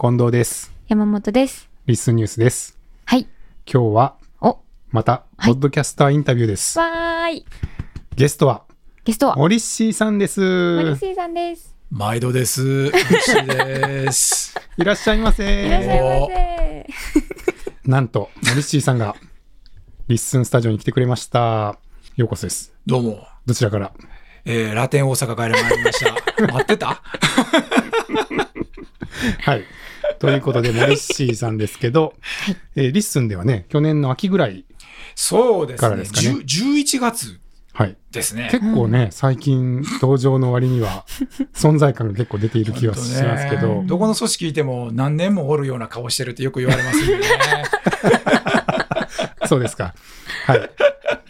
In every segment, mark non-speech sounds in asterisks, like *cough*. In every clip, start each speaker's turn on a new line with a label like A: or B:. A: 近藤です。
B: 山本です。
A: リスニュースです。
B: はい。
A: 今日は
B: お、
A: また、
B: は
A: ポ
B: い
A: ッドキャスターインタビューです。
B: わーい。
A: ゲストは、
B: ゲストは、
A: モリッシーさんで
B: マリ
A: す。
B: スイさんです。
C: 毎度です。石
A: *laughs*
C: 井です。
A: いらっしゃいま
B: いらっし
A: せ。
B: ゃいませ。
A: なんと、モリッシーさんが、リッスンスタジオに来てくれました。ようこそです。
C: どうも、
A: どちらから
C: えー、ラテン大阪から参り
A: *laughs*
C: ました。待ってた
A: はい。ということで、モリッシーさんですけど、えーリッスンではね、去年の秋ぐらい、
C: そうです
A: から
C: ね。
A: ですかね
C: じゅ11月
A: はい。
C: ですね。
A: 結構ね、最近、登場の割に
B: *laughs*
A: は、存在感が結構出ている気はしますけ
C: 本当
A: ど
C: ね、どこの組織いても何年もおるような顔してるってよく言われますん
A: *laughs*
C: でね。
A: そうですか。はい。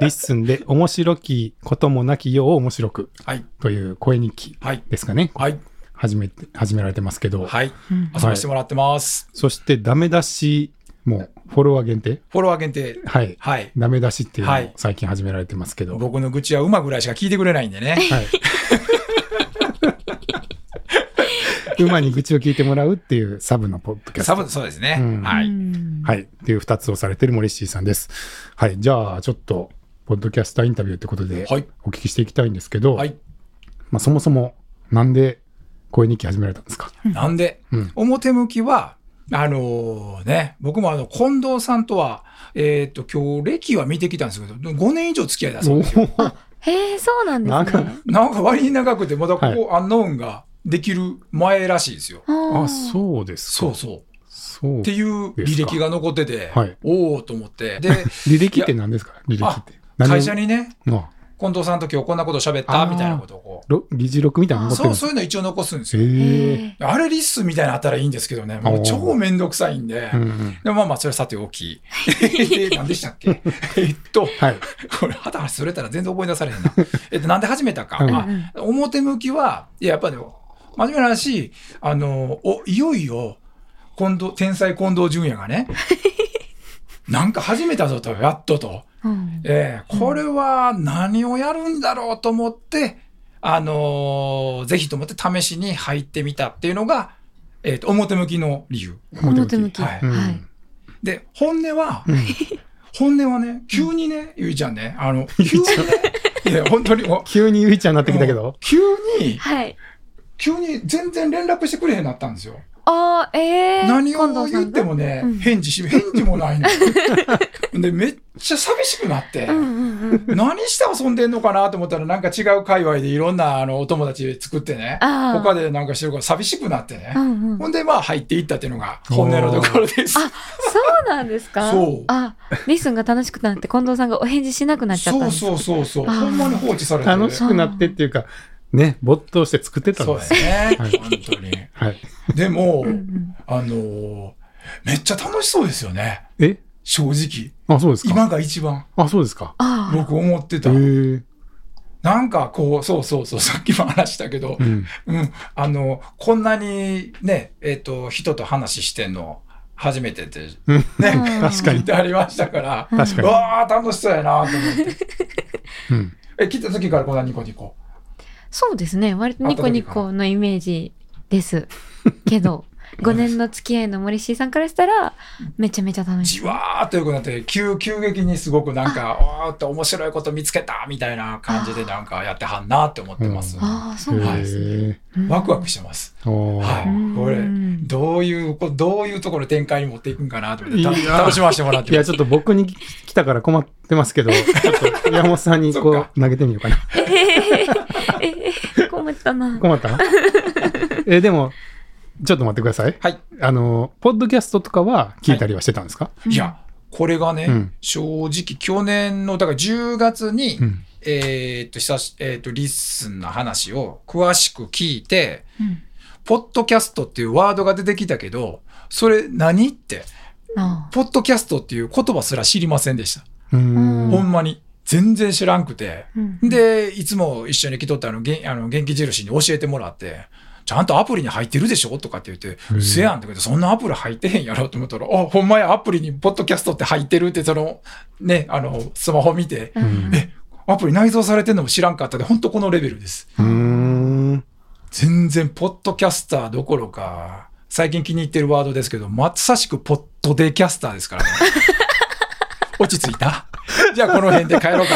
A: リッスンで、面白きこともなきよう面白く、
C: はい。
A: という声日記
C: はい。
A: ですかね。
C: はい。
A: 始めて、始められてますけど、
C: はい。遊ばせてもらってます。
A: そして、ダメ出しも、フォロワー限定
C: フォロワー限定。
A: はい。
C: はい。
A: ダメ出しっていうの
C: は
A: を
C: い
A: 最近始められてますけど、
C: 僕の愚痴は馬ぐらいしか聞いてくれないん
A: *laughs*
C: でね。 *laughs*
A: はい。馬に愚痴を聞いてもらうっていうサブのポッドキャス
C: サ
A: ト。
C: ブ、そうですね。
A: うん
C: は
B: う
C: い。
B: ん
A: はい。っていう二つをされてるモリッシーさんです。はい。じゃあ、ちょっと、ポッドキャスターインタビューってことで、
C: はい
A: お聞きしていきたいんですけど、
C: はい。
A: まあ、そもそも、なんで、声日記始められたんですか
C: なんで、
A: うん
C: 表向きは、あのね、僕もあの、近藤さんとは、えっ、と、今日、歴は見てきたんですけど、5年以上付き合いだそう。
A: おー
B: へえ、そうなんです
A: 長い
B: ね。
C: なんか割に長くて、まだここ、アンノーンができる前らしいですよ。
B: あ
A: あ、
B: う。
A: そうです
C: そ
A: か
C: う。そう。
A: そう
C: っていう履歴が残ってて、
A: はい
C: おおと思
A: *laughs*
C: って。で、
A: 履歴って何ですか履歴って。何を
C: 会社にね、
A: あ
C: 近藤さんと今日こんなこと喋った
A: あー
C: みたいなことをこ
A: ろ議事録みたいなの
C: う、
A: 持ってるんで
C: そう、
A: す
C: そういうの一応残すんですよ。
A: へえ。
B: へ
C: あれリスみたいなのあったらいいんですけどね、もう超めんどくさいんで、
A: うんうん
C: でもまあまあ、それはさておき。 *laughs* で、何でしたっけえっと、
A: はい。
C: これ、はたはたそれたら全然思い出されへんな。えっと、なんで始めたか。
A: うん
C: あ表向きは、いや、やっぱでも、真面目な話、あの、お、いよいよ、近藤、天才近藤淳也
A: *laughs*
C: がね、なんか始めたぞと、やっとと。
B: ーうん
C: ええこれは何をやるんだろうと思って、あのーぜひと思って試しに入ってみたっていうのが、えっ、と、表向きの理由。
B: 表向き。
C: はい
A: うん
B: はい。
C: で、本音は、
A: うん
C: 本音はね、急にね、ゆいちゃんね、
A: *laughs*
C: あの、急にね、いや、本当に、お
A: 急にゆいちゃんになってきたけど。
C: 急に、
B: はい。
C: 急に全然連絡してくれへんなったんですよ。
B: あー、えー。
C: 何
B: 近
C: を
B: 藤さん
C: 言
B: が
C: ってもね
B: うん、
C: 返事し、返事もないんだよ
B: *laughs*
C: で、めっちゃ寂しくなって
B: う、んうんうん。
C: 何して遊んでんのかなと思ったら、なんか違う界隈でいろんな、あの、お友達作って
B: *laughs*
C: ね、
B: あー
C: 他でなんかしてるから寂しくなってね
B: う。 *laughs* んうん。
C: ほんで、まあ、入っていったっていうのが本音のところです。
B: あ、そうなんですか
C: そう
B: あ、リスンが楽しくなって、近藤さんがお返事しなくなっちゃったん
C: そう
B: です。
C: そうそうそう。
B: あー
C: ほんまに放置されてる
A: 楽しくなってっていうか、ね、没頭して作ってたん
C: そう
A: で
C: ですす。ね。
A: はい
C: 本当に。
A: はい。
C: でも、
B: うんうん
C: あのーめっちゃ楽しそうですよね。
A: え
C: 正直。
A: あ、そうですか。
C: 今が一番、
A: あ、そうですか。
B: あ
C: 僕思って
A: へ
C: た。
A: え。
C: なんかこう、そうそうそう、さっきも話したけど
A: う、ん。
C: うん、あの、こんなにね、えっ、と、人と話してんの、初めてって、
A: うん
C: ね、
A: 確か
C: 聞
A: に
C: い。てありましたから、
B: うん
A: 確か
C: う
A: に。
C: わー、楽しそうやなと思って。
A: うん。
C: え、来た時からこんなニコニコ。
B: あ。そうですね。割とニコニコのイメージです。けど、5年の付き合いの森氏さんからしたら、めちゃめちゃ楽しい。
C: じわーっとよくなって、急、急激にすごくなんか、おーっと面白いこと見つけたみたいな感じでなんかやってはんなって思ってます。
B: ああ、そうなんですね。
A: へえ。
B: うん
C: ワクワクしてます。
A: お
C: は
A: ー
B: うん
C: い。これ、どういう、こどういうところ展開に持っていくんかなと思って、た
A: いやー
C: 楽しませてもらっ
A: い
C: て
A: や、
C: ま
A: ち
C: す。
A: ょっと僕に来たから困ってます
C: *laughs*
A: けど、ちょっと山本さんにこ
C: そっ
A: う投げてみようかな。
B: *laughs* えー困ったな。
A: 困った
C: *laughs*
A: え、でも、ちょっと待ってください。
C: はい。
A: あの、ポッドキャストとかは聞いたりはしてたんですか、
B: うん
C: いや、これがね、
A: うん
C: 正直去年の、だから10月に、
A: うん。
C: えーっと、久し、えーっと、リッスンの話を詳しく聞いて、
B: うん
C: ポッドキャストっていうワードが出てきたけど、それ何って、
B: あ
C: ポッドキャストっていう言葉すら知りませんでした。
A: うー
B: うん
A: ん。
C: ほんまに。全然知らんくて。
B: あうん
C: で、いつも一緒に来とったあの、げんあの元気印に教えてもらって、ちゃんとアプリに入ってるでしょとかって言って、
A: ん
C: うせやんって言って、そんなアプリ入ってへんやろと思ったら、あ、ほんまや、アプリにポッドキャストって入ってるって、その、ね、あの、スマホ見て、
B: うん
C: え、アプリ内蔵されてんのも知らんかったで、ほんとこのレベルです。
A: うーん。
C: 全然、ポッドキャスターどころか、最近気に入ってるワードですけど、まさしくポッドデキャスターですからね。落ち着いたじゃあこの辺で帰ろうか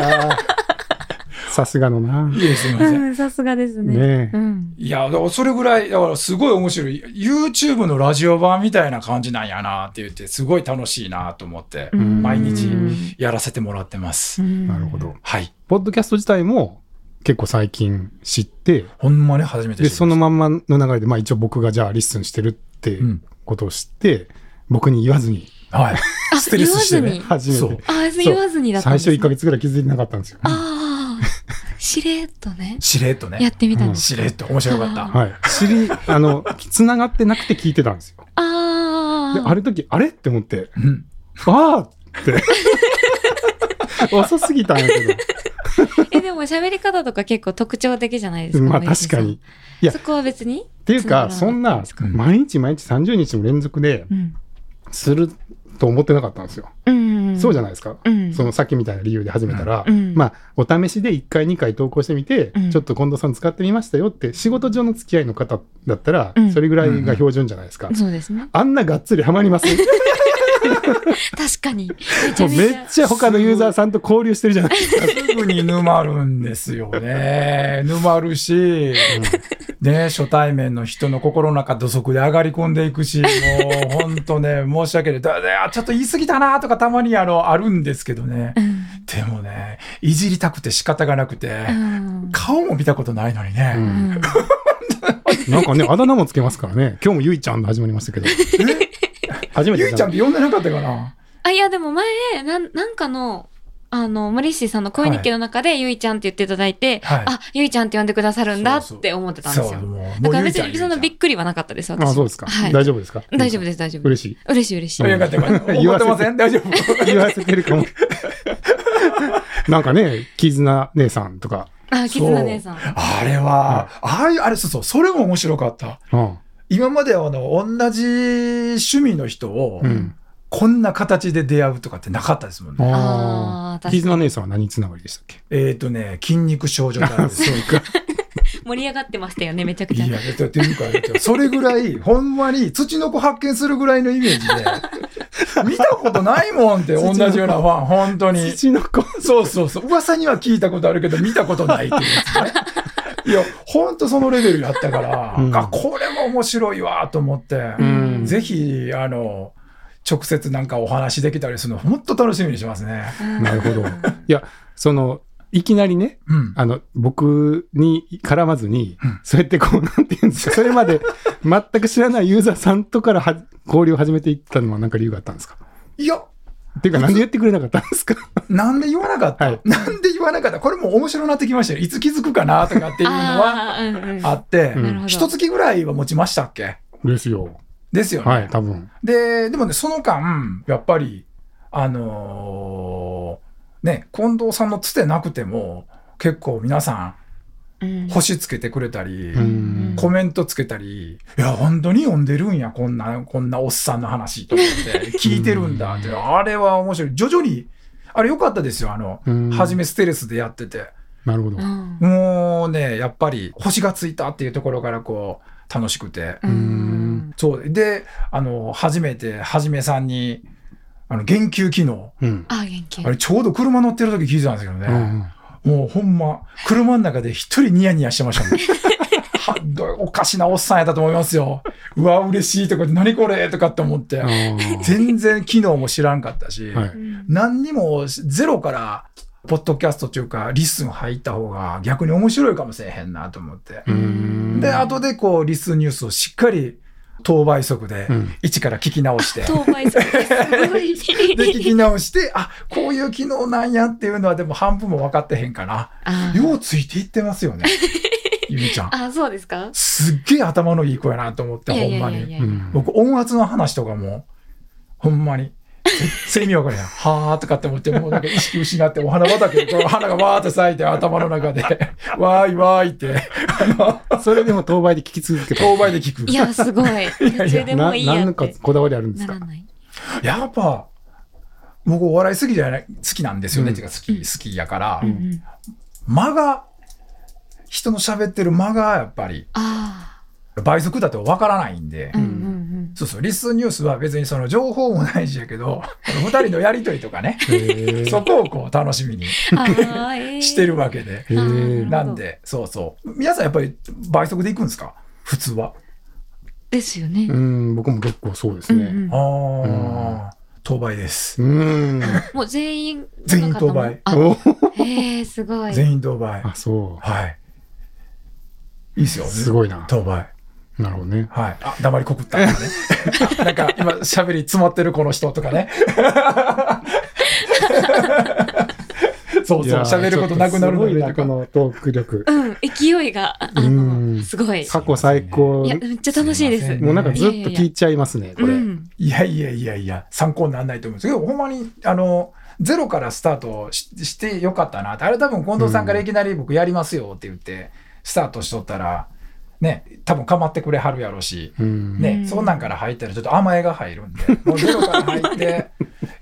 A: あーさすがのな
C: な。。いえ、すみません。
B: うんさすがですね。
A: ねえ
B: うん。
C: いや、だからそれぐらい、だからすごい面白い。YouTube のラジオ版みたいな感じなんやなって言って、すごい楽しいなと思って、
B: うん
C: 毎日やらせてもらってます。
A: な
B: な
A: るほ。ど。
C: はい。
A: ポッドキャスト自体も結構最近知って、
C: ほんまに初めて知
A: で、
C: りました
A: そのまんまの流れで、まあ一応僕がじゃあリッスンしてるって
C: うん。
A: ことを知って、僕に言わずに
C: はい。
B: あ、
C: ステ
B: 言
C: ル
B: わ
C: スして
B: ず
C: ね
B: に。
A: 初
C: そ
A: め
C: う
A: て。
B: あ、言わずにだったん
A: 最初
B: ですね
A: 1ヶ月ぐらい気づいてなかったんですよ。
B: ああ、しれっとね、
C: しれっとね。
B: やってみた
A: う
B: んで
A: ん
B: す。
C: しれっと面白かった。
A: はい。知り、あの、繋がってなくて聞いてたんですよ。
B: あ
A: で、
B: あ。
A: あれ時、あれって思って、
C: うん。
A: ああって。 *laughs* 遅すぎたんやけ *laughs*
B: え、でも喋り方とか結構特徴的じゃないです *laughs*
A: ど。
B: か。
A: まあ
B: 森口
A: 確
B: さ
A: か
B: ん
A: に。。
B: いやそこは別に
A: っていうか、
B: つな
A: そん
B: がら
A: な
B: かったですか
C: か
A: 毎日毎日30日も連続で
B: うん。
A: すると思ってなかったんですよ。
B: うん。
A: そうじゃ
B: な
A: な
B: い。
A: いですか。
B: うん。
A: そのさっきみたいな理由で始めたら、
B: うん
A: まあお試しで1回2回投稿してみて、
B: うん
A: ちょっと近藤さん使ってみましたよって仕事上の付き合いの方だったら、
B: うん
A: それぐらいが標準じゃないですか、
B: そうですね。
A: あんながっつりハマりますも
B: 確
A: *laughs*
B: かに。めちゃ
A: う
B: め
A: め
B: ち
A: っ
B: ゃ。
A: ちゃ他のユーザーさんと交流してるじゃないですか、
C: すぐに沼るんですよね。沼るし、ね、初対面の人の心の中土足で上がり込んでいくし、もう本当ね、申し訳ない。だだあちょっと言い過ぎたなとかたまにあの、あるんですけどね。
B: うん
C: でもね、いじりたくて仕方がなくて、
B: うん
C: 顔も見たことないのにね。
A: うん
B: うん
A: *laughs* なんかねあだ名もつけますからね今日もゆいちゃんで始まりましたけど初めて
C: ゆいちゃんっ
A: ん
C: て呼んでなかったかな
B: あ、いや、でも前、なん、なんかの、あの、モリッシーさんの恋日記の中で、ゆいちゃんって言っていただいて、
C: はい
B: あ、ゆいちゃんって呼んでくださるんだ
C: そうそう
B: って思ってたんです
C: そう、
B: よ。
C: もう。
B: だ
C: も
B: か
C: う
B: ら
C: ゆい
B: 別
C: ちゃん
B: に、そのびっくりはなかったです、私は。
A: あそうですか、
B: はい。
A: 大丈夫ですか
B: 大丈夫です、大丈夫です。
A: 嬉しい
B: 嬉しい、嬉しい。
C: あよかったよかった。
A: 言
C: 怒っ
A: わせ
C: て
A: て
C: ません大丈夫
A: 言わせてる *laughs* かもなんかね絆姉さんとか、
B: あ、キズナ姉さん。
C: *laughs* あれは、ああいう、あれ、そうそう、それも面白かった。
A: うん
C: 今まではあの同じ趣味の人を
A: うん、
C: こんな形で出会うとかってなかったですもんね。
A: あ
B: あー確
A: あ。
B: かに
A: 絆姉さんは何つながりでしたっけ
C: えっ、とね、筋肉少女なんですよ。
A: *laughs*
B: 盛り上がってましたよね、めちゃく
C: い
B: ちゃ。
C: や、だっていうか、だってそれぐらい、ほんまに、土の子発見するぐらいのイメージで、見たことないもんって、同じようなファン、本当に。
A: 土の子。
C: そうそうそう。噂には聞いたことあるけど、見たことないっていうやつね。いや、ほんとそのレベルやったから、
A: うん
C: あ、これも面白いわと思って、
A: うん
C: ぜひ、あの、直接なんかお話できたりするの、ほんと楽しみにしますね。
B: うん
A: なるほどいや、その、いきなりね、
C: うん。
A: あの、僕に絡まずに
C: うん、
A: そうやってこう、なんていうんですか、それまで全く知らないユーザーさんとからは交流を始めていったのは何か理由があったんですか
C: いや、
A: っていうか、なんで言ってくれなかったんですか
C: なんで言わなかった、
A: はい
C: なんで言わなかったこれも面白くなってきましたよ。いつ気づくかなとかっていうのは
B: あーうんうん
C: あって
A: うん、
B: なるほど
C: 一月ぐらいは持ちましたっけ
A: ですよ。
C: ですよね。
A: はい、多分。
C: で、でもね、その間、やっぱり、あのーね、近藤さんのつてなくても、結構皆さ
B: うん
C: ん、星つけてくれたり、
A: うん
C: コメントつけたり、いや、本当に読んでるんや、こんな、こんなおっさんの話と
A: *laughs*
C: 思って、聞いてるんだって、あれは面白い。徐々に、あれ良かったですよ、あの、
A: うん
C: はじめステレスでやってて。
A: なるほど
B: う。ん
C: もうね、やっぱり、星がついたっていうところから、こう、楽しくて、
B: うん
C: そう。で、あの、初めて、はじめさんに、あの、言及機能。
A: うん。
B: あ、元気
C: あ。れ、ちょうど車乗ってる時聞いてたんですけど
A: うん
C: ね。もうほんま、車の中で一人ニヤニヤしてましたもん。はどおかしなおっさんやったと思いますよ。うわ、嬉しいとか、何これとかって思って
A: あ。ー
C: 全然機能も知らんかったし、
A: はい
B: うん
C: 何にもゼロから、ポッドキャストというか、リスン入った方が逆に面白いかもしれへんなと思って。
A: う
B: うん
A: ん
C: で、後でこう、リスンニュースをしっかり、等倍速で、
A: うん
C: 一から聞き直して。
B: 当倍速ですすご
C: で、 *laughs* 聞
B: い。
C: き直して、あ、こういう機能なんやっていうのはでも半分も分かってへんかな。
B: あー
C: ようついていってますよ
B: *laughs*
C: ね。ゆみちゃん。
B: あ、そうですか
C: すっげえ頭のいい子やなと思って、
B: いや
C: ほ
B: い
C: ん
B: や
C: ま
B: いやい
C: に。
B: や
A: う
B: いや。
A: ん
C: 僕、音圧の話とかも、ほんまに。全然意味わ
B: *laughs*
C: からへん。はーとかって思って、もうなんか意識失って、お花畑で、この花がわーって咲いて、頭の中で、 *laughs* わーいわーいって、 *laughs* あの、
A: それでも当倍で聞き続け
C: *laughs*
A: た。
C: 購買で聞く。
B: いや、すごい。途中でもういいや
A: な
B: っ
A: んか
B: て
A: こだわりあるんです
B: なら
A: か
B: ない。
C: やっぱ、僕お笑い好きじゃない、好きなんですよね。
A: うん
C: てか好き、好きやから、
B: うんうん
C: 間が人の喋ってる間がやっぱり
B: あ
C: 倍速だとわからないんで、
B: あ、うんうんうん。
C: そうそうリスンニュースは別にその情報もないしやけど2 *laughs* 人のやりとりとかね
A: へー
C: そこをこう楽しみに
B: あーえー
C: してるわけで、
A: へー
C: なんでそうそう皆さんやっぱり倍速でいくんですか普通は。
B: ですよね
A: う。ん、僕も結構そうです
B: うんう
A: ね。
B: ん
C: ああ、当倍です。
A: うん。
B: もう全員
C: 全員当倍
B: あ
A: お
B: へえすごい。
C: 全員当倍。
A: あ、そ
C: はい。いいですよ。
A: う。すごいな。
C: 当倍。
A: なるほどね。
C: はい。あ、黙りこくったとかね。
A: *laughs*
C: あなんか今喋り詰まってるこの人とかね。そう
A: い
C: そう、
A: やー
C: 喋ることなくなる
A: ちょっとすご
C: の
A: い
C: に
A: な、
C: と
A: こ
C: か。
A: のトーク力。
B: うん勢いがあ
A: うん
B: のすごい。
A: *laughs* 過去最高
B: い。やめっちゃ楽しいです
C: いませ。
A: もうなんかずっと聞いちゃいますね、こ
B: う
A: れ。
B: ん。
C: いやいやいやいや、参考にならないと思うんですけど、ほんまに、あの、ゼロからスタートししてよかったなって、あれ多分近藤さんからいきなり僕やりますよって言って、スタートしとったら、ね、多分構ってくれはるやろうし、
A: うん。
C: ね、
B: うん
C: そんなんから入ったらちょっと甘えが入るんで、もうゼロから
A: *laughs*
C: 入って、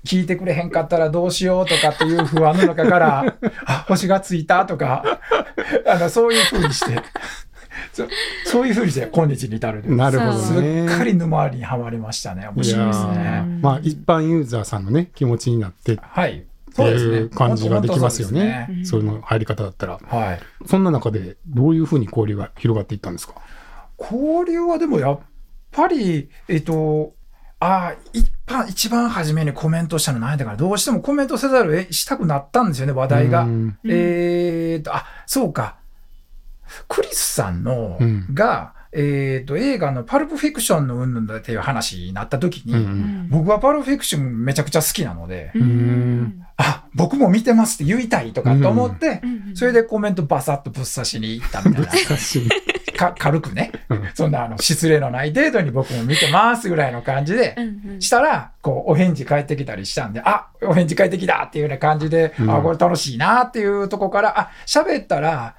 C: 聞いてくれへんかったらどうしようとかっていう不安の中から、あ、星がついたとか、あの、そういうふうにして、そそういうふうにして今日に至るんです。
A: なるほ
C: す
A: どね。
C: っかり沼にはまりましたね。面
A: い
C: 白い
A: や
C: です
A: ー
C: ね。
A: まあ一般ユーザーさんのね、気持ちになって、
C: はい。そうです
A: っ
C: ね
A: ていう。感じができますよね
C: 本当本当そう
B: うん
A: その入り方だったら。
C: ですねはい。
A: そんな中で、どういうふうに交流が広がっていったんですか
C: 交流はでもやっぱり、えっと、ああ、一般、一番初めにコメントしたの何やったかな。どうしてもコメントせざるを得したくなったんですよね、話題が
A: う。ん
C: えーっと、あ、そうか。クリスさんの
A: うん
C: が、えーっと、映画のパルプフィクションの云々だっていう話になった時に、
A: うん。
C: 僕はパルプフィクションめちゃくちゃ好きなので、
B: うんうん
C: あ、僕も見てますって言いたいとかと思って、
B: うん
C: それでコメントバサッとぶっ刺しに行ったみたいな。
A: 難しい。
C: か軽くね、
A: うん
C: そんなあの失礼のない程度に僕も見てますぐらいの感じで
B: う、んうん
C: したら、こう、お返事返ってきたりしたんで、あお返事返ってきたっていうような感じで、
A: うん
C: あこれ楽しいなっていうとこから、あ喋ったら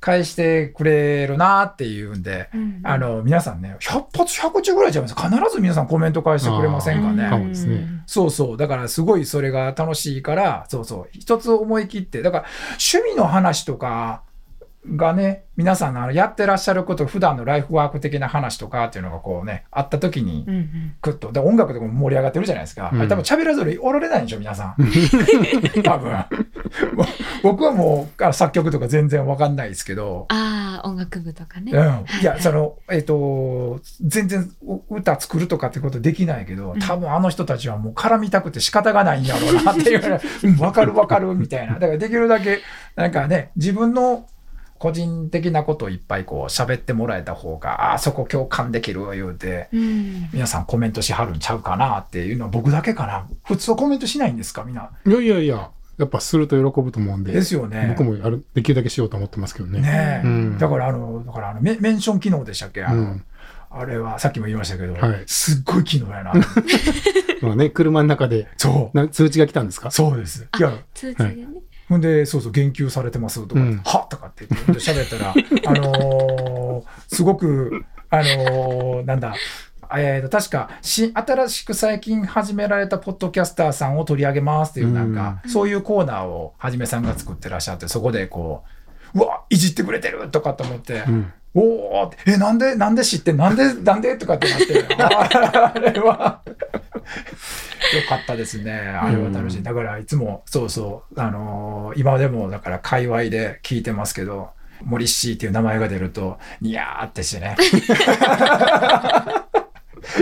C: 返してくれるなっていうんで、
B: うん
C: あの、皆さんね、100発100中ぐらいちゃいます。必ず皆さんコメント返してくれませんかね。
A: あーそうですね
C: そうそう。だからすごいそれが楽しいから、そうそう。一つ思い切って。だから趣味の話とかがね、皆さんのあのやってらっしゃること、普段のライフワーク的な話とかっていうのがこうね、あった時に
B: う、んうん
C: クッと。で、音楽とかも盛り上がってるじゃないですか。
A: うん
C: あれ多分喋らずにおられないんでしょ、
A: *laughs*
C: 皆さん。多分。 *laughs* もう僕はもうあ作曲とか全然わかんないですけど。
B: ああ音楽部とかね。
C: うん、い
B: は
C: や、
B: い
C: その、えっ、と、全然お歌作るとかってことできないけど
B: うん、
C: 多分あの人たちはもう絡みたくて仕方がないんやろうなっていう、
B: *laughs*
C: うんわかるわかるみたいな。だからできるだけ、なんかね、自分の個人的なことをいっぱいこう喋ってもらえた方が、ああー、そこ共感できる言うて、
B: うん
C: 皆さんコメントしはるんちゃうかなっていうのは僕だけかな。普通はコメントしないんですか、みんな。
A: いやいやいや、やっぱすると喜ぶと思うんで
C: で、すよね。
A: 僕もやるできるだけしようと思ってますけどね。
C: ねえ、
A: うん
C: だからあの、だからあのメ、メンション機能でしたっけあ
A: う
C: の、
A: ん。
C: あれはさっきも言いましたけど、
A: はい
C: すっごい機
A: *laughs*
C: 能やな。
A: まあね、車の中で
C: そう。
A: な通知が来たんですか
C: そうです。いや、
B: 通知でね。
C: ほんで、そうそう、言及されてますとか、
A: うん
C: はっとかって言って喋った
A: *laughs*
C: ら、あのーすごく、あのーなんだ、えーと、確かし、新しく最近始められたポッドキャスターさんを取り上げますっていう、なんか、
B: うん
C: そういうコーナーをはじめさんが作ってらっしゃって、そこでこう、うわ、いじってくれてるとかと思って、
A: うん。
C: おーってえ、なんで、なんで知ってん、なんで、なんでとかってなって、
A: *laughs*
C: あーあれは、よかったですね。あれは楽し
A: うん
C: い。だから、いつも、そうそう、あのー今でも、だから、界隈で聞いてますけど、モリッシーっていう名前が出ると、にやーってして
A: *laughs*
C: ね。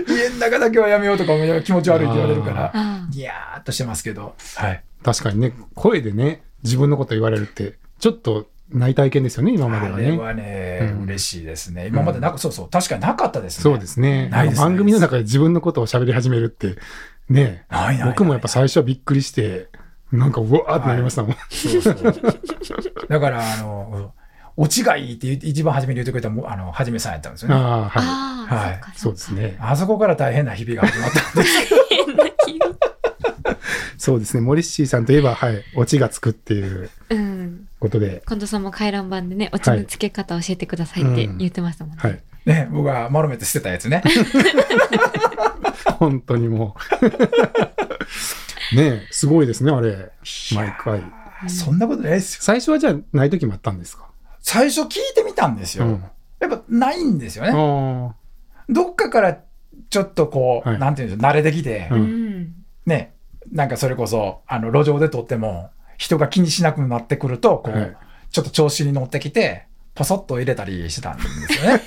C: 家の中だけはやめようとか思いながら気持ち悪いって言われるから、
B: あ
C: にやーっとしてますけど、はい。
A: 確かにね、声でね、自分のこと言われるって、ちょっとない体験ですよね、今までは
C: あれ
A: ね。
C: はね、
A: うん
C: 嬉しいですね。今までなか、そうそう、確かになかったですね。
A: そうですね。
C: ないです
A: 番組の中で自分のことを喋り始めるって、ね
C: ないないない
A: 僕もやっぱ最初はびっくりして、なんかうわーってなりましたもん。
C: そうそうだから、あの、オチがいいって言って一番初めに言ってくれたもうあのはじめさんやったんですよね。
A: ああ、
B: あ。
A: は
B: あ
C: はい
B: あ。
A: い。そうですね。
C: あそこから大変な日々が始まっ
A: *laughs*
C: たんです。
B: 変な気分。
A: そうですね。モリッシーさんといえば、はい、オチがつくっていう
B: うん。
A: ことで、
B: 近藤さんも回覧板でね、オチの付け方教えてくださいって言ってましたもんね。
A: はい。
C: ね、僕が丸めて捨てたやつね。
A: 本当にもう。 *laughs* ねえ、すごいですね、あれ。毎回。
C: そんなことないですよ。
A: 最初はじゃあない時もあったんですか
C: 最初聞いてみたんですよ。
A: うん
C: やっぱないんですよね。
A: あ
C: どっかからちょっとこう、
A: はい
C: なんていうんでしょう、慣れてきて、
A: うん
B: うん。
C: ね、なんかそれこそ、あの、路上で撮っても、人が気にしなくなってくると、こう、
A: はい
C: ちょっと調子に乗ってきて、ポソッと入れたりしてたんですよね。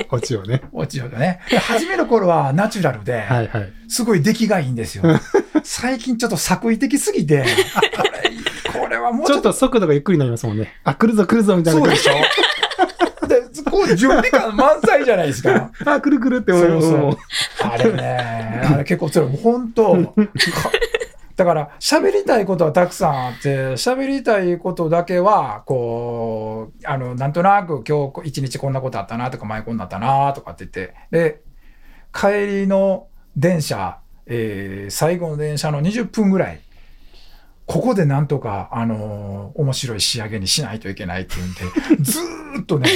A: ーオチをね。
C: 落ちようとね。で初めの頃はナチュラルで、
A: はいはい。
C: すごい出来がいいんですよ。最近ちょっと作為的すぎて、 *laughs* あれこれはもう
A: ち
C: ち
A: ょ
C: ょ
A: っ
C: っと、
A: と速度がゆっくりになりますもんね。あ、来るぞ来るぞみたいな
C: そう
A: 感
C: で
A: じ。
C: しょ *laughs* で、こう準備感満載じゃないです
A: *laughs*
C: か。
A: あ、来る来るって思います。
C: そうそう
A: もう
C: あれね、あれ結構それ、本当、かだから喋りたいことはたくさんあって、喋りたいことだけは、こう、あの、なんとなく今日一日こんなことあったなとか、前こんなあったなとかって言って、で、帰りの電車、えー最後の電車の20分ぐらい、ここでなんとか、あのー面白い仕上げにしないといけないっていうんで、
A: *laughs*
C: ずーっとね、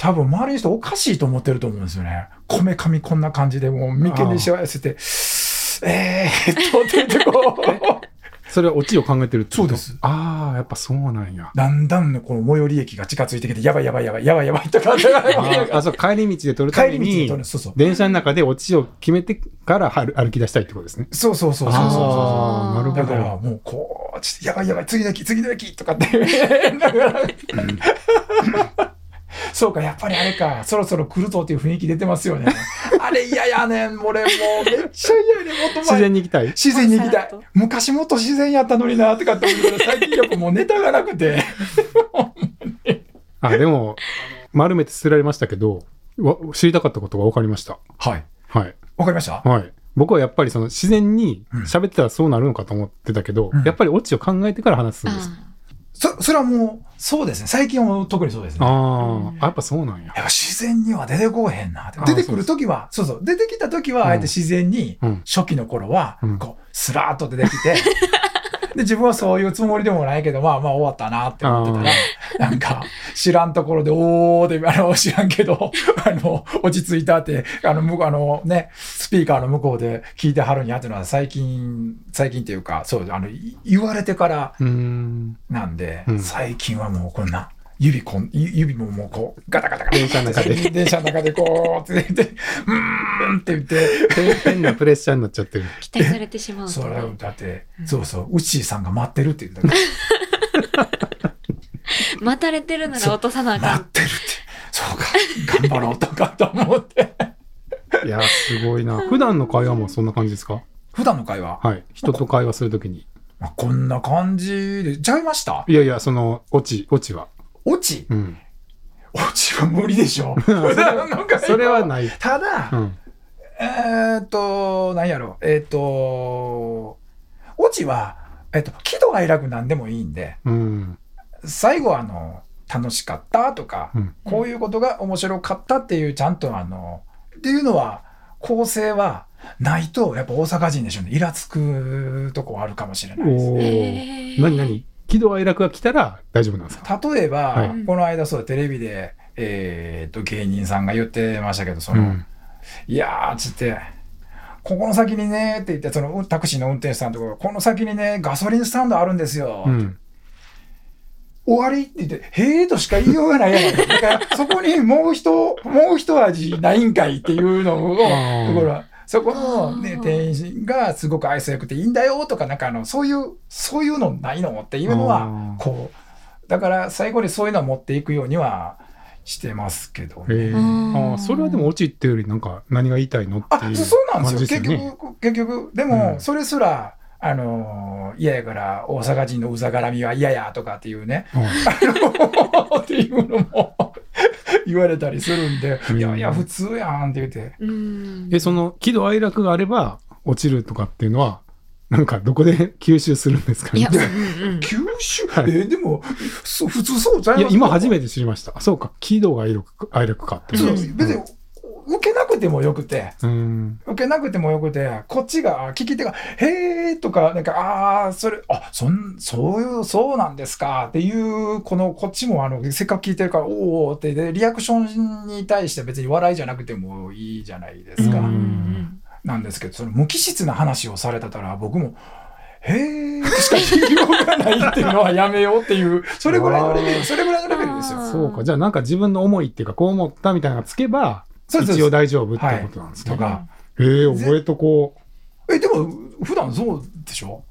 C: 多分周りの人おかしいと思ってると思うんですよね。こめかみこんな感じで、もう眉間にしわ寄せて、えーっと、って言って
A: *laughs*
C: こう、
A: それはオチを考えてるってこと
C: そうです。
A: ああ、やっぱそうなん
C: *laughs*
A: や。
C: だんだんねこの最寄り駅が近づいてきて、やばいやばいやばい、やばいやばいと
A: *laughs*
C: か、
A: あーあ、そう、帰り道で撮るため
C: 帰り道に
A: に
C: 通、るそうそう。
A: 電車の中でオチを決めてから歩歩き出したいってことですね。
C: そうそうそうそうそうそう。
A: ああ、なる
C: だ
A: ほ
C: から
A: ど。
C: もうこう、ちょっとやばいやばい、次の駅、次の駅とかって。だから *laughs* そうか、やっぱりあれか、そろそろ来るぞっていう雰囲気出てますよね。あれ嫌やねん、俺もうめっちゃ嫌やねん、もっと
A: 自
C: 前。
A: 然に行きたい。
C: 自然に行きたい
B: コンサート。
C: 昔もっと自然やったのにな、とかって思うけど、最近やっぱもうネタがなくて。
A: あ、でも、丸めて捨てられましたけど、わ知りたかったことが分かりました。
C: はい。
A: はい。
C: わかりました
A: はい。僕はやっぱりその自然に
C: うん
A: 喋ってたらそうなるのかと思ってたけど、
C: うん
A: やっぱりオチを考えてから話すんです。
B: あ
C: そ、それはもう、そうですね。最近は特にそうですね。
A: あ
B: うん
A: あ、やっぱそうなんや。
C: やっぱ自然には出てこうへんなって
A: あ。
C: 出てくるときは、そうそう出てきたときは、あえて自然に、
A: うん。
C: 初期の頃は
A: うん、
C: こう、スラーっと出
A: *laughs*
C: てきて、で、自分はそういうつもりでもないけど、まあまあ終わったなって思ってたら、なんか、知らんところで、おーって、あの、知らんけど、 *laughs* あの、落ち着いたって、あの、向こう、あのね、スピーカーの向こうで聞いてはるんやっていうのは、最近、最近っていうか、そう、あの、い言われてから
A: うーん。
C: なんで、
A: うん
C: 最近はもうこんな、指こん、ゆ指ももうこう、ガタガタガタ。
A: 電車の中で。
C: 電車の中でこう、って言って、うーんって言って、
A: 変なプレッシャーになっちゃ
C: *laughs*
A: ってる。
B: ー期待されてしまうと。
C: それだって、
B: うん
C: そうそう、ウッシーさんが待ってるって言ってたから、
B: 待たれてるなら落とさなあか
C: 待
B: ん。
C: ってるって、そうか、頑張ろうとかと思って。
A: いや、すごいな。普段の会話もそんな感じですか
C: 普段の会話、
A: はい。人と会話するときに。
C: まあ、こんな感じで、ちゃいました
A: いやいや、その、オチ、オチは。
C: 落ち
A: うん。
C: 落ちは無理でしょ。普段の会話
A: それはない。
C: ただ、
A: うん。
C: えーっと、何やろう、えーっと、落ちは、えーっと、喜怒哀楽なんでもいいんで、
A: うん。
C: 最後はあの、楽しかったとか、
A: うん
C: こういうことが面白かったっていう、ちゃんとあの、っていうのは、構成はないと、やっぱ大阪人でしょうね。イラつくとこあるかもしれないです。
A: おー。
B: えー
A: 何何喜怒哀楽が来たら大丈夫なんですか
C: 例えば、
A: はい
C: この間そう、テレビで、えーっと、芸人さんが言ってましたけど、その、
A: うん。
C: いやー、つって、ここの先にねって言って、そのタクシーの運転手さんのところ、この先にね、ガソリンスタンドあるんですよ。
A: うん。
C: 終わりって言って、へえとしか言いようがないやん。だから、そこにもう一、もう一味ないんかいっていうのを、と
A: あー
C: ころは、そこの、ね
B: あ、ー
C: 店員がすごく愛想よくていいんだよとか、なんかあの、そういう、そういうのないのっていうの
A: あー、
C: はこう、だから最後にそういうのは持っていくようにはしてますけどね。
A: ええ
B: うん
A: ああ、それはでもオチっていうより、なんか、何が言いたいのって
C: あ
A: い、う。
C: そそうなんですよ。
A: 感じ
C: 結局、結局、でも、
A: うん
C: それすら、あのー嫌やから、大阪人のうざがらみは嫌やとかっていうね、 *laughs*
A: は
C: あのっていうのも *laughs* 言われたりするんで、
A: うん
C: いやいや、普通やんって言って。
B: うん
A: いえ、その、喜怒哀楽があれば、落ちるとかっていうのは、なんか、どこで吸収するんですか
B: い
A: ね
B: や、う。んうん
C: 九州、
A: はい
C: えーでも、そう普通そうじゃ
A: いや、今初
C: て。
A: めて知りました。あそうか、喜怒哀楽哀楽かって。
C: そう別
B: うん
C: に、受けなくてもよくて、
A: うん。
C: 受けなくてもよくて、こっちが、聞き手が、へーとか、なんか、ああ、それ、あ、そん、そういう、そうなんですかっていう、この、こっちも、あの、せっかく聞いてるから、おーおーって、で、リアクションに対して別に笑いじゃなくてもいいじゃないですか。
A: う
B: うんん
C: なんですけど、その無機質な話をされたから、僕も、へーしか言いようがないっていうのはやめようっていう、それぐらいのレベル、それぐらいのレベルですよ。
A: そうか。じゃあなんか自分の思いっていうか、こう思ったみたいなのがつけば、
C: そうです
A: 一
C: そう
A: 応
C: で
A: 大丈夫ってことなんですす
C: と
A: ね。
C: か。
A: ええ覚えとこう。
C: え、でも、普段そうでしょ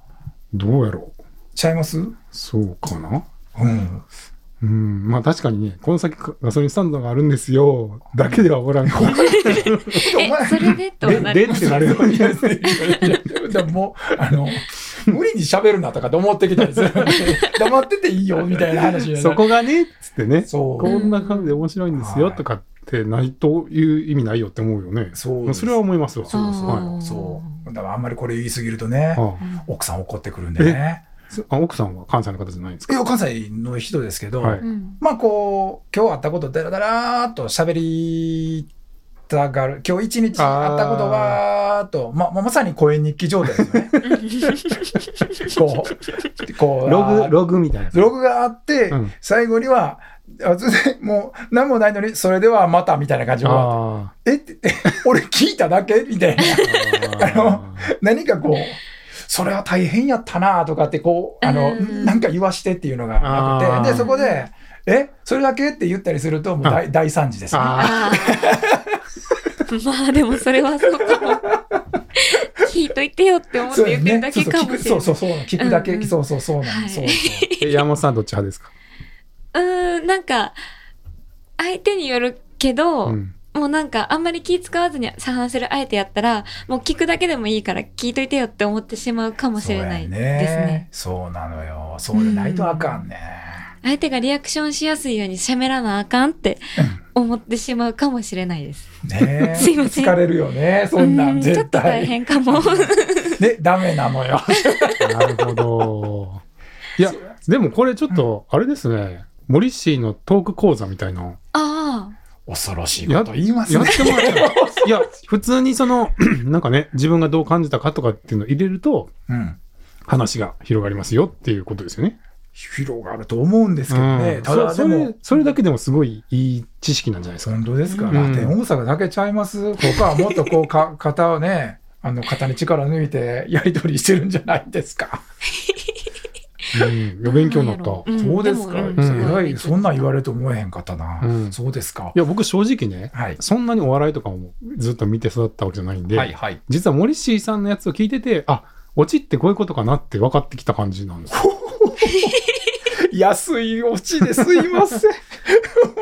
A: どうやろう。
C: ちゃいますうん。
A: そうかなうん。まあ確かにね、この先ガソリンスタンドがあるんですよ、だけではおらん。
C: お前
B: え、それでと
A: で、
B: なる。
A: でってなるように
C: い。やいやいやでももう、あの、無理に喋るなとかって思ってきたんですよ。黙ってていいよ、みたいな話。
A: そ。こがね、つってね、
C: そう
A: こんな感じで面白いんですよ
C: はい
A: とかってないという意味ないよって思うよね。
C: そう
A: ま
C: で
A: あ
C: す
A: それは思いますわ。
B: そうです
A: は
C: そう。だからあんまりこれ言いすぎるとね
A: い、は
B: う
C: 奥さん怒ってくるんでね。
A: あそあ奥さんは関西の方じゃないんです
C: い
A: か
C: や、関西の人ですけど、
A: はい
B: んうん
C: まあこう、今日あったことだらだらーっと喋りたがる、今日一日あったことはーっと、まままさに声日記状態ですよね。こう、こう、
A: ロ
C: あ
A: グ、
C: ー
A: ログみたいな。
C: ログがあって、
A: うん
C: 最後には、あずもう何もないのに、それではまたみたいな感じで終わっ
A: あ
C: てえ *laughs* って、え俺聞いただけみたい
B: *laughs*
C: な。
A: ー
C: あの何かこう、それは大変やったなとかって、こう、あの、
B: うん
C: なんか言わしてっていうのがなく
A: あ
C: て、
A: ー
C: で、そこで、え、それだけって言ったりすると、もう大大惨事ですね。
A: あ
B: あーまあでもそれはそうかも。聞いといてよって思って言ってるだけかもしれ
C: そ
B: な
C: う
B: い。
C: そう聞くそうそうそう、聞くだけ、
B: うんうん
C: そうそうそうな
B: は
C: ん
B: い
C: そうそう
A: ーえ山本さんどっち派ですか
B: うーん、なんか、相手によるけど、
A: うん
B: もうなんかあんまり気使わずに差反するあえてやったら、もう聞くだけでもいいから聞いといてよって思ってしまうかもしれない
C: そう
B: で
C: や
B: すね。
C: そうなのよ。そうでないとあかんね。
B: 相手がリアクションしやすいように喋らなあかんって思ってしまうかもしれないです。
C: ね
B: すいません
C: 疲れるよね、そんな
B: うんんちょっ
C: 絶
B: と大
C: 対。
B: 変か
C: *laughs*
B: も。
C: ね、ダメなのよ。
A: なるほど。いや、でもこれちょっと、あれですね、モリッシーのトーク講座みたいな、
B: あ
C: 恐ろしいこと言います
A: やっ
C: ね。
A: てもらったら、いや、普通にその、 *clears throat* なんかね、自分がどう感じたかとかっていうのを入れると、
C: うん
A: 話が広がりますよっていうことですよね。
C: 広がると思うんですけどね。
A: うん
C: ただ
A: そ
C: で
A: そ
C: も
A: れ、、それだけでもすごいいい知識なんじゃないですか。
C: 本当ですか
B: うん
C: ら、で大阪だけちゃいます他はもっとこう、か、 *laughs* 肩をね、あの、肩に力抜いてやり取りしてるんじゃないですか。
A: うん、いや
B: あ。
A: 勉強になった。
B: ん
C: そうですか。
B: も
A: ん
C: すごい
B: うん
C: そんなん言われると思えへんかったな。
A: うん
C: そうですか
A: い。や、僕正直ね、
C: はい。
A: そんなにお笑いとかもずっと見て育ったわけじゃないんで、
C: はいはい。
A: 実はモリッシーさんのやつを聞いてて、あ、オチってこういうことかなって分かってきた感じなんです。
C: *laughs* 安いオチですいません。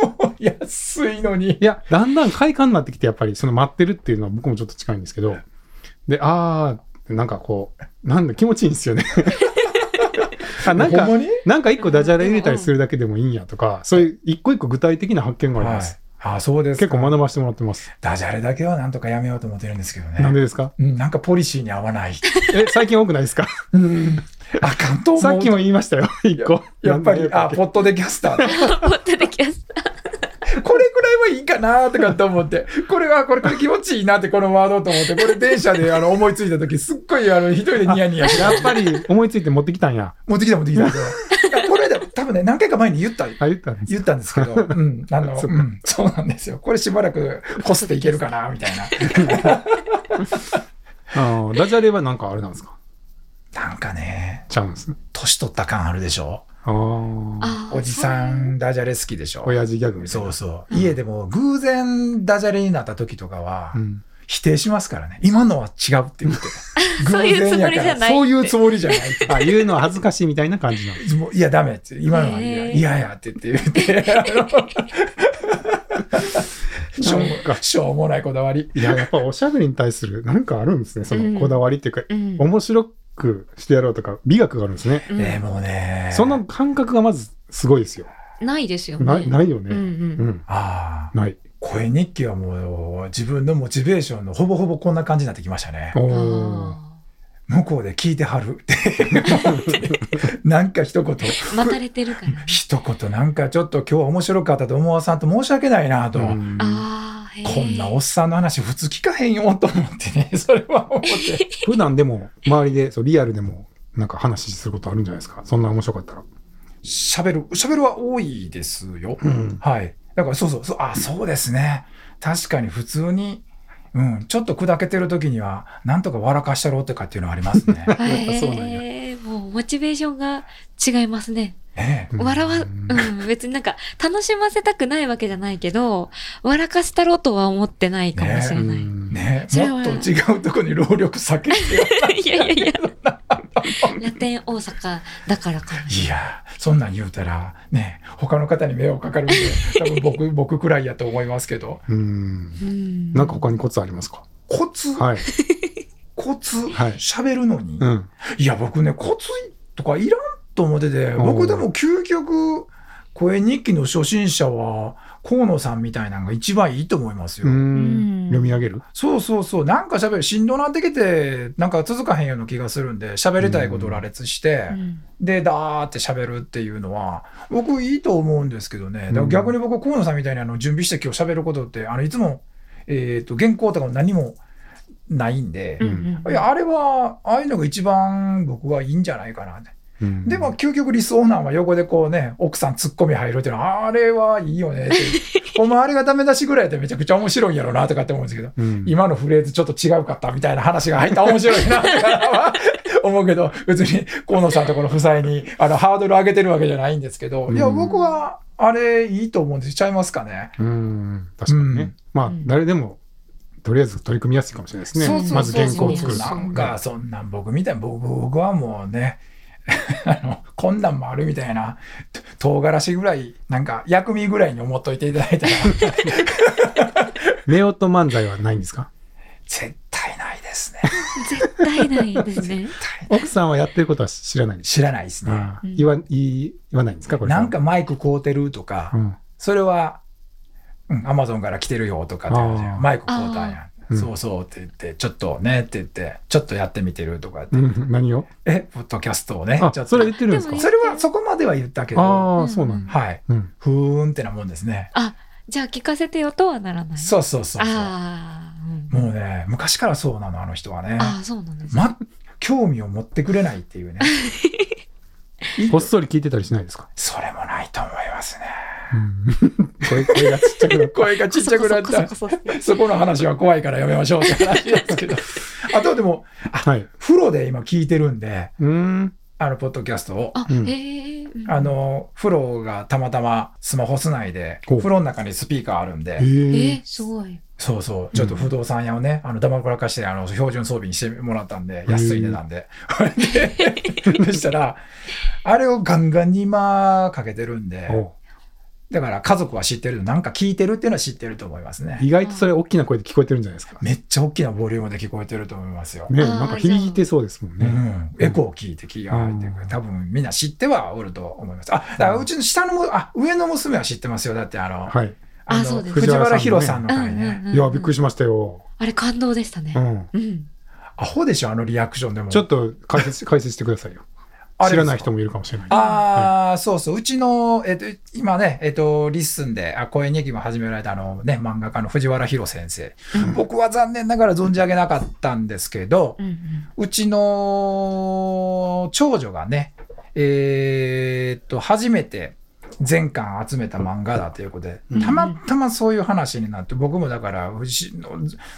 C: もう安いのに。
A: いや、だんだん快感になってきて、やっぱりその待ってるっていうのは僕もちょっと近いんですけど、で、あー、なんかこう、なんだ、気持ちいいんですよ
C: *laughs*
A: ね。あなんか
C: ほ、んまに
A: なんか一個ダジャレ入れたりするだけでもいいんやとか、そういう一個一個具体的な発見があり
C: は
A: ま
C: い
A: す。。
C: あ、そうです
A: 結
C: か
A: 構学ばせてもらってます。
C: ダジャレだけはなんとかやめようと思ってるんですけどね。
A: なんでですか
C: うん、なんかポリシーに合わない。
A: え、最近多くないですか
C: うん。あかんと思う。
A: さっきも言いましたよ、一個。
C: やっぱ
A: なん
C: り、
A: だ
C: あ、
A: っけ
C: ポットでキャスターだ。
B: 思ってた気がした。
C: これくらいはいいかなとかって思って、これは、これ、これ気持ちいいなって、このワードと思って、これ電車であの思いついた時、すっごいあの一人でニヤニヤして、
A: やっぱり思いついて持ってきたんや。
C: 持ってきた持ってきた。いやこれで、多分ね、何回か前に言った、
A: あ、言ったんです
C: 言ったんですけど、うん、あの、
A: そううか
C: ん、そうなんですよ。これしばらくこすっていけるかな、みたいな。
A: あーダジャレはなんかあれなんですか
C: なんかね、
A: ちゃうんですね。
C: 年取った感あるでしょ
A: ああ。
B: あー
C: おじさ。ん、ダジャレ好きでしょ
A: 親父ギャグみたい
C: そ
A: な。
C: うそう。家でも偶然ダジャレになった時とかは、
A: ん。
C: 否定しますからね。今のは違うって言って。
B: *laughs* そういうつもりじゃない
C: 偶然やからそういうつもりじゃないって。
A: あ、言うのは恥ずかしいみたいな感じなの。
C: もういや、ダメって。今のは嫌
B: へー
C: いやいやって言って
B: *laughs*
C: 言って。あのしょうも
A: なんか
C: しょうもないこだわり。
A: いや、やっぱおしゃべりに対する、なんかあるんですね。そ
B: うん
A: のこだわりっていうか、
B: うん。
A: 面白くしてやろうとか、美学があるんですね。
B: うん
C: ねもうね。
A: その感覚がまずすごいですよ。
B: ないですよね。
A: ない、ないよ
B: うんう。
A: ね。うんん。
C: ああ、
A: ない。
C: 声日記はもう自分のモチベーションのほぼほぼこんな感じになってきましたね。
A: お
B: あ
A: ー
C: 向こうで聞いてはるって。
B: *laughs*
C: なんか一言。
B: ー待たれてる
C: *laughs*
B: からね。
C: 一言なんかちょっと今日は面白かったと思わさんと申し訳ないなと。
A: うん
B: ああ、へえ
C: こんなおっさんの話普通聞かへんよと思ってね、 *laughs* それは思って。
A: 普段でも、周りで、そう、リアルでも、なんか話することあるんじゃないですか。そんな面白かったら。
C: 喋る、喋るは多いですよ。
A: うん
C: はい。だからそうそう、そうあ、そうですね。確かに普通に、うん、ちょっと砕けてる時には、なんとか笑
A: *laughs*
C: かしたろうとかっていうのはありますね。
B: へ
A: そうなんや
B: えもうモチベーションが違いますね。
C: ね
A: うん
B: 笑わ、うん、別になんか楽しませたくないわけじゃないけど、笑かしたろうとは思ってないかもしれない。
A: うん
C: ね
B: それは
C: もっと違うとこに労力避けて *laughs* よ
B: いやいやいや、ラテン大阪だからかも。
C: いやそんなん言うたらね他の方に迷惑かかるんで多分僕僕くらいやと思いますけど
A: うん
B: うん
A: なんか他にコツありますか
C: コツ、
A: はい。
C: コツ
A: はい
C: 喋るのに、
A: うん。
C: いや僕ねコツとかいらんと思ってて
A: お
C: 僕
A: ー
C: でも究極声日記の初心者は河野さんみたいなのが一番いいと思いますよ。
A: うん読み上げる
C: そうそうそう、なんか喋る、しんどなってきて、なんか続かへんような気がするんで、喋りたいこと羅列して、
B: うん
C: で、だーって喋るっていうのは、僕いいと思うんですけどね、だから
A: うん
C: 逆に僕、河野さんみたいにあの準備して今日喋ることって、あのいつも、えっ、と、原稿とかも何もないんで、
B: うんうん
C: いや、あれは、ああいうのが一番僕はいいんじゃないかなって。
A: うん
C: でも、究極理想なんは横でこうね、奥さんツッコミ入るっていうのは、あれはいいよねって。
A: *laughs*
C: お前あれがダメ出しぐらいでめちゃくちゃ面白いんやろなとかって思うんですけど。
A: うん
C: 今のフレーズちょっと違うかったみたいな話が入ったら面白いなとか
A: *laughs*
C: は思うけど、別に河野さんとこの夫妻にあのハードル上げてるわけじゃないんですけど、
A: うん
C: いや、僕はあれいいと思うんです。ちゃいますかね。
A: うん確かに
C: う
A: ね
C: ん。
A: まあ
B: う、ん
A: 誰でも、とりあえず取り組みやすいかもしれないです
C: そう
A: ね
C: そう。そう
A: まず原稿を作る。
C: なんか、そんなん僕みたいな、僕僕はもうね、 *laughs* あの、こんなんもあるみたいな、と唐辛子ぐらい、なんか薬味ぐらいに思っといていただいたら、
A: *laughs* 目音漫才はないんですか
C: 絶対ないですね。
B: 絶対ないですね。
A: 奥さんはやってることは知らないんです
C: 知らないですね。
A: あ
B: う
A: ー
B: ん
A: 言わ言い言わないんですかこれ。
C: なんか、マイク買うてるとか、
A: うん。
C: それは、うん、アマゾンから来てるよとかって言うじゃん
A: あー
C: マイク交代や
A: あー
C: ん。そうそうって言って、ちょっとねって言って、ちょっとやってみてるとかって、
A: うん何を
C: え、ポッドキャストをね、ちょっ
A: あ、
C: と。
A: それ言ってるんです
B: でも
A: か
C: それはそこまでは言ったけど、
A: あ
B: う
A: あ、
B: ん
A: そうなんだ。
C: はい。
A: うん。
C: ふーんってなもんですね。
B: あ、じゃあ聞かせてよとはならない。
C: そうそうそうそう。
B: ああ、うん
C: もうね、昔からそうなの、あの人はね。
B: ああ、そうなんですね。
C: ま、興味を持ってくれないっていう *laughs* ね。いい
A: こっそり聞いてたりしないですか
C: それもないと思いますね。
A: うん。声声がちっちゃくなった。
C: *laughs* 声がちっちゃくなった
B: こ。そこそこそこそこ
C: そこの話は怖いからやめましょうって話です *laughs* けど。あとでも、
A: はい。
C: 風呂で今聞いてるんで、
A: うーん。
C: あの、ポッドキャストを。
B: あ、
A: うん
B: へえ。うん
C: あ、の、風呂がたまたまスマホつないで、
A: ほう
C: 風呂の中にスピーカーあるん
A: え
C: で、
B: え
A: ー。
B: すごい。
C: そうそう、ちょっと不動産屋をね、あの、黙らかして、あの、標準装備にしてもらったんで、
A: ー
C: 安い値段で。 *laughs* で、そしたら、あれをガンガンに今かけてるんで、
A: お
C: だから家族は知ってる、なんか聞いてるっていうのは知ってると思いますね。
A: 意外とそれ大きな声で聞こえてるんじゃないですか。
C: めっちゃ大きなボリュームで聞こえてると思いますよ。
A: ね
B: あー
A: なんか響いてそうですもん
C: う
A: ね。
C: ん、エコーを聞いて気が入ってく
A: う
C: る。
A: ん
C: 多分みんな知ってはおると思います。あ、だからうちの下のも、あ、上の娘は知ってますよ。だってあの、
A: はい。
C: あ
B: あそ
C: の
B: うです
C: 藤原宏さんの回
B: うんうんうん
C: ね。
A: いや、びっくりしましたよ。
B: あれ感動でしたね
A: う。ん。
B: うん。
C: アホでしょ、あのリアクションでも。
A: ちょっと解説、解説してくださいよ。
C: あれ
A: 知らない
C: ですか
A: 人もいるかもしれない。
C: ああ、そうそう。うちの、えっと、今ね、えっと、リッスンで、あ、声日記も始められたあのね、漫画家の藤原宏先生。僕は残念ながら存じ上げなかったんですけど
B: う、んうん。
C: うちの長女がね、えーっと、初めて全巻集めた漫画だということで
A: うん、
C: たまたまそういう話になって、僕もだから、藤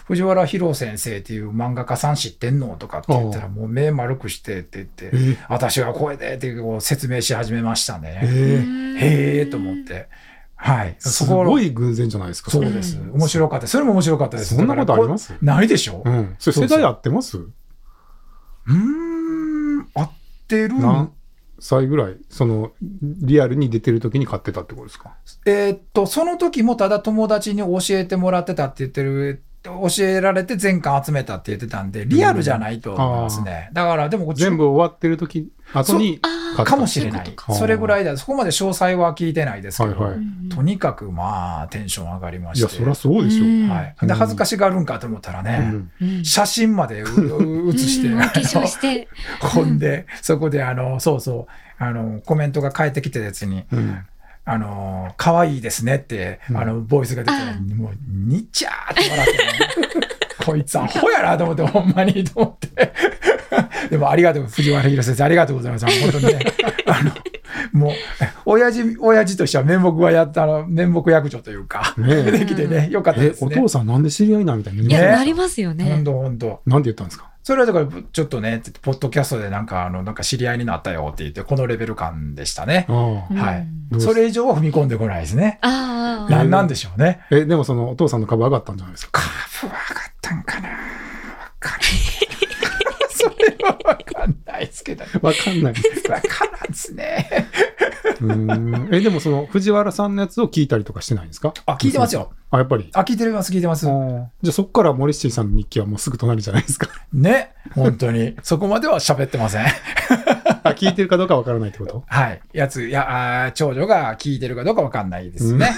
C: 藤原宏先生っていう漫画家さん知ってんのとかって言ったら、
A: お
C: もう目丸くしてって言って
A: え、ー
C: 私は声でってこう説明し始めましたね。
A: えー
C: へえと思っ。て。はい。
A: す
C: そこ
A: ごい偶然じゃないですか。
C: そう
A: れ
C: です。面白かった。それも面白かったです。
A: そんなことあり
C: だから
A: ます
C: こないでしょ
A: うん。それ世代合ってます
C: うーん、合ってる
A: 何歳ぐらいその、リアルに出てる時に買ってたってことですか
C: えーっと、その時もただ友達に教えてもらってたって言ってる、教えられて全巻集めたって言ってたんで、リアルじゃないと思いますね。だから、でも、
A: 全部終わってる時、後に買っ
B: ああ
A: た。
C: かもしれな
B: そうい
C: いう
B: こ。
A: とか
C: それぐらいだ。そこまで詳細は聞いてないですけど、
A: はいは
B: うんうん
C: とにかくまあ、テンション上がりま
A: い
C: して。
A: や、そりゃそうでしょ。
B: うん
C: はい。
A: うん
C: で、恥ずかしがるんかと思ったら
A: う
C: ね、
A: ん
B: うん
C: 写真までう
B: *laughs*
C: う写して、
B: うんお
C: あ
B: 化粧
C: の
B: して。
C: *laughs* ほんで、そこで、あの、そうそう、あの、コメントが返ってきてやつに、
A: うん
C: あの、可愛いですねって、
A: うん
C: あの、ボイスが出て
B: あ、
C: もう、にちゃーって笑っ
A: *laughs*
C: てね、こいつアホやなと思って、ほんまに、と思って。 *laughs* でも、ありがとう、藤原宏先生、ありがとうございます。本当に
B: *laughs*
C: ね、あの、もう、親父、親父としては面目はやった、あの、面目役所というか、
A: ね
C: できてね、よかった
A: え
C: で、す
A: お
C: ね
A: 父。さんなんで知り合いなんみたいに
B: い
A: なりま
B: や、
A: せん
B: なりますよ
C: ほん
B: ね。
C: とほんと。
A: なんで言ったんですか
C: それはだから、ちょっとね、ポッドキャストでなんか、あの、なんか知り合いになったよって言って、このレベル感でしたね。
A: ああ
B: うん
C: はい
A: どうす
C: それ以上は踏み込んでこないですね。
B: ああ。
A: な
C: 何なんでしょうね。
A: え、でもそのお父さんの株上がったんじゃないですか。
C: カーブは上がったんかなわかんない。 *laughs* それはわかんないですけど。
A: わかんない。
C: *laughs* わからんですね。
A: うーんえ、でもその藤原さんのやつを聞いたりとかしてないんですか
C: あ、聞いてますよ。
A: あ、やっぱり。
C: あ、聞いてます、聞いてます。
A: じゃあそこからモレッシーさんの日記はもうすぐ隣じゃないです
C: *laughs*
A: か。
C: ね。本当に。そこまでは喋ってません。
A: あ、聞いてるかどうかわからないってこと
C: はい。やつ、いや、あー長女が聞いてるかどうかわかんないですね。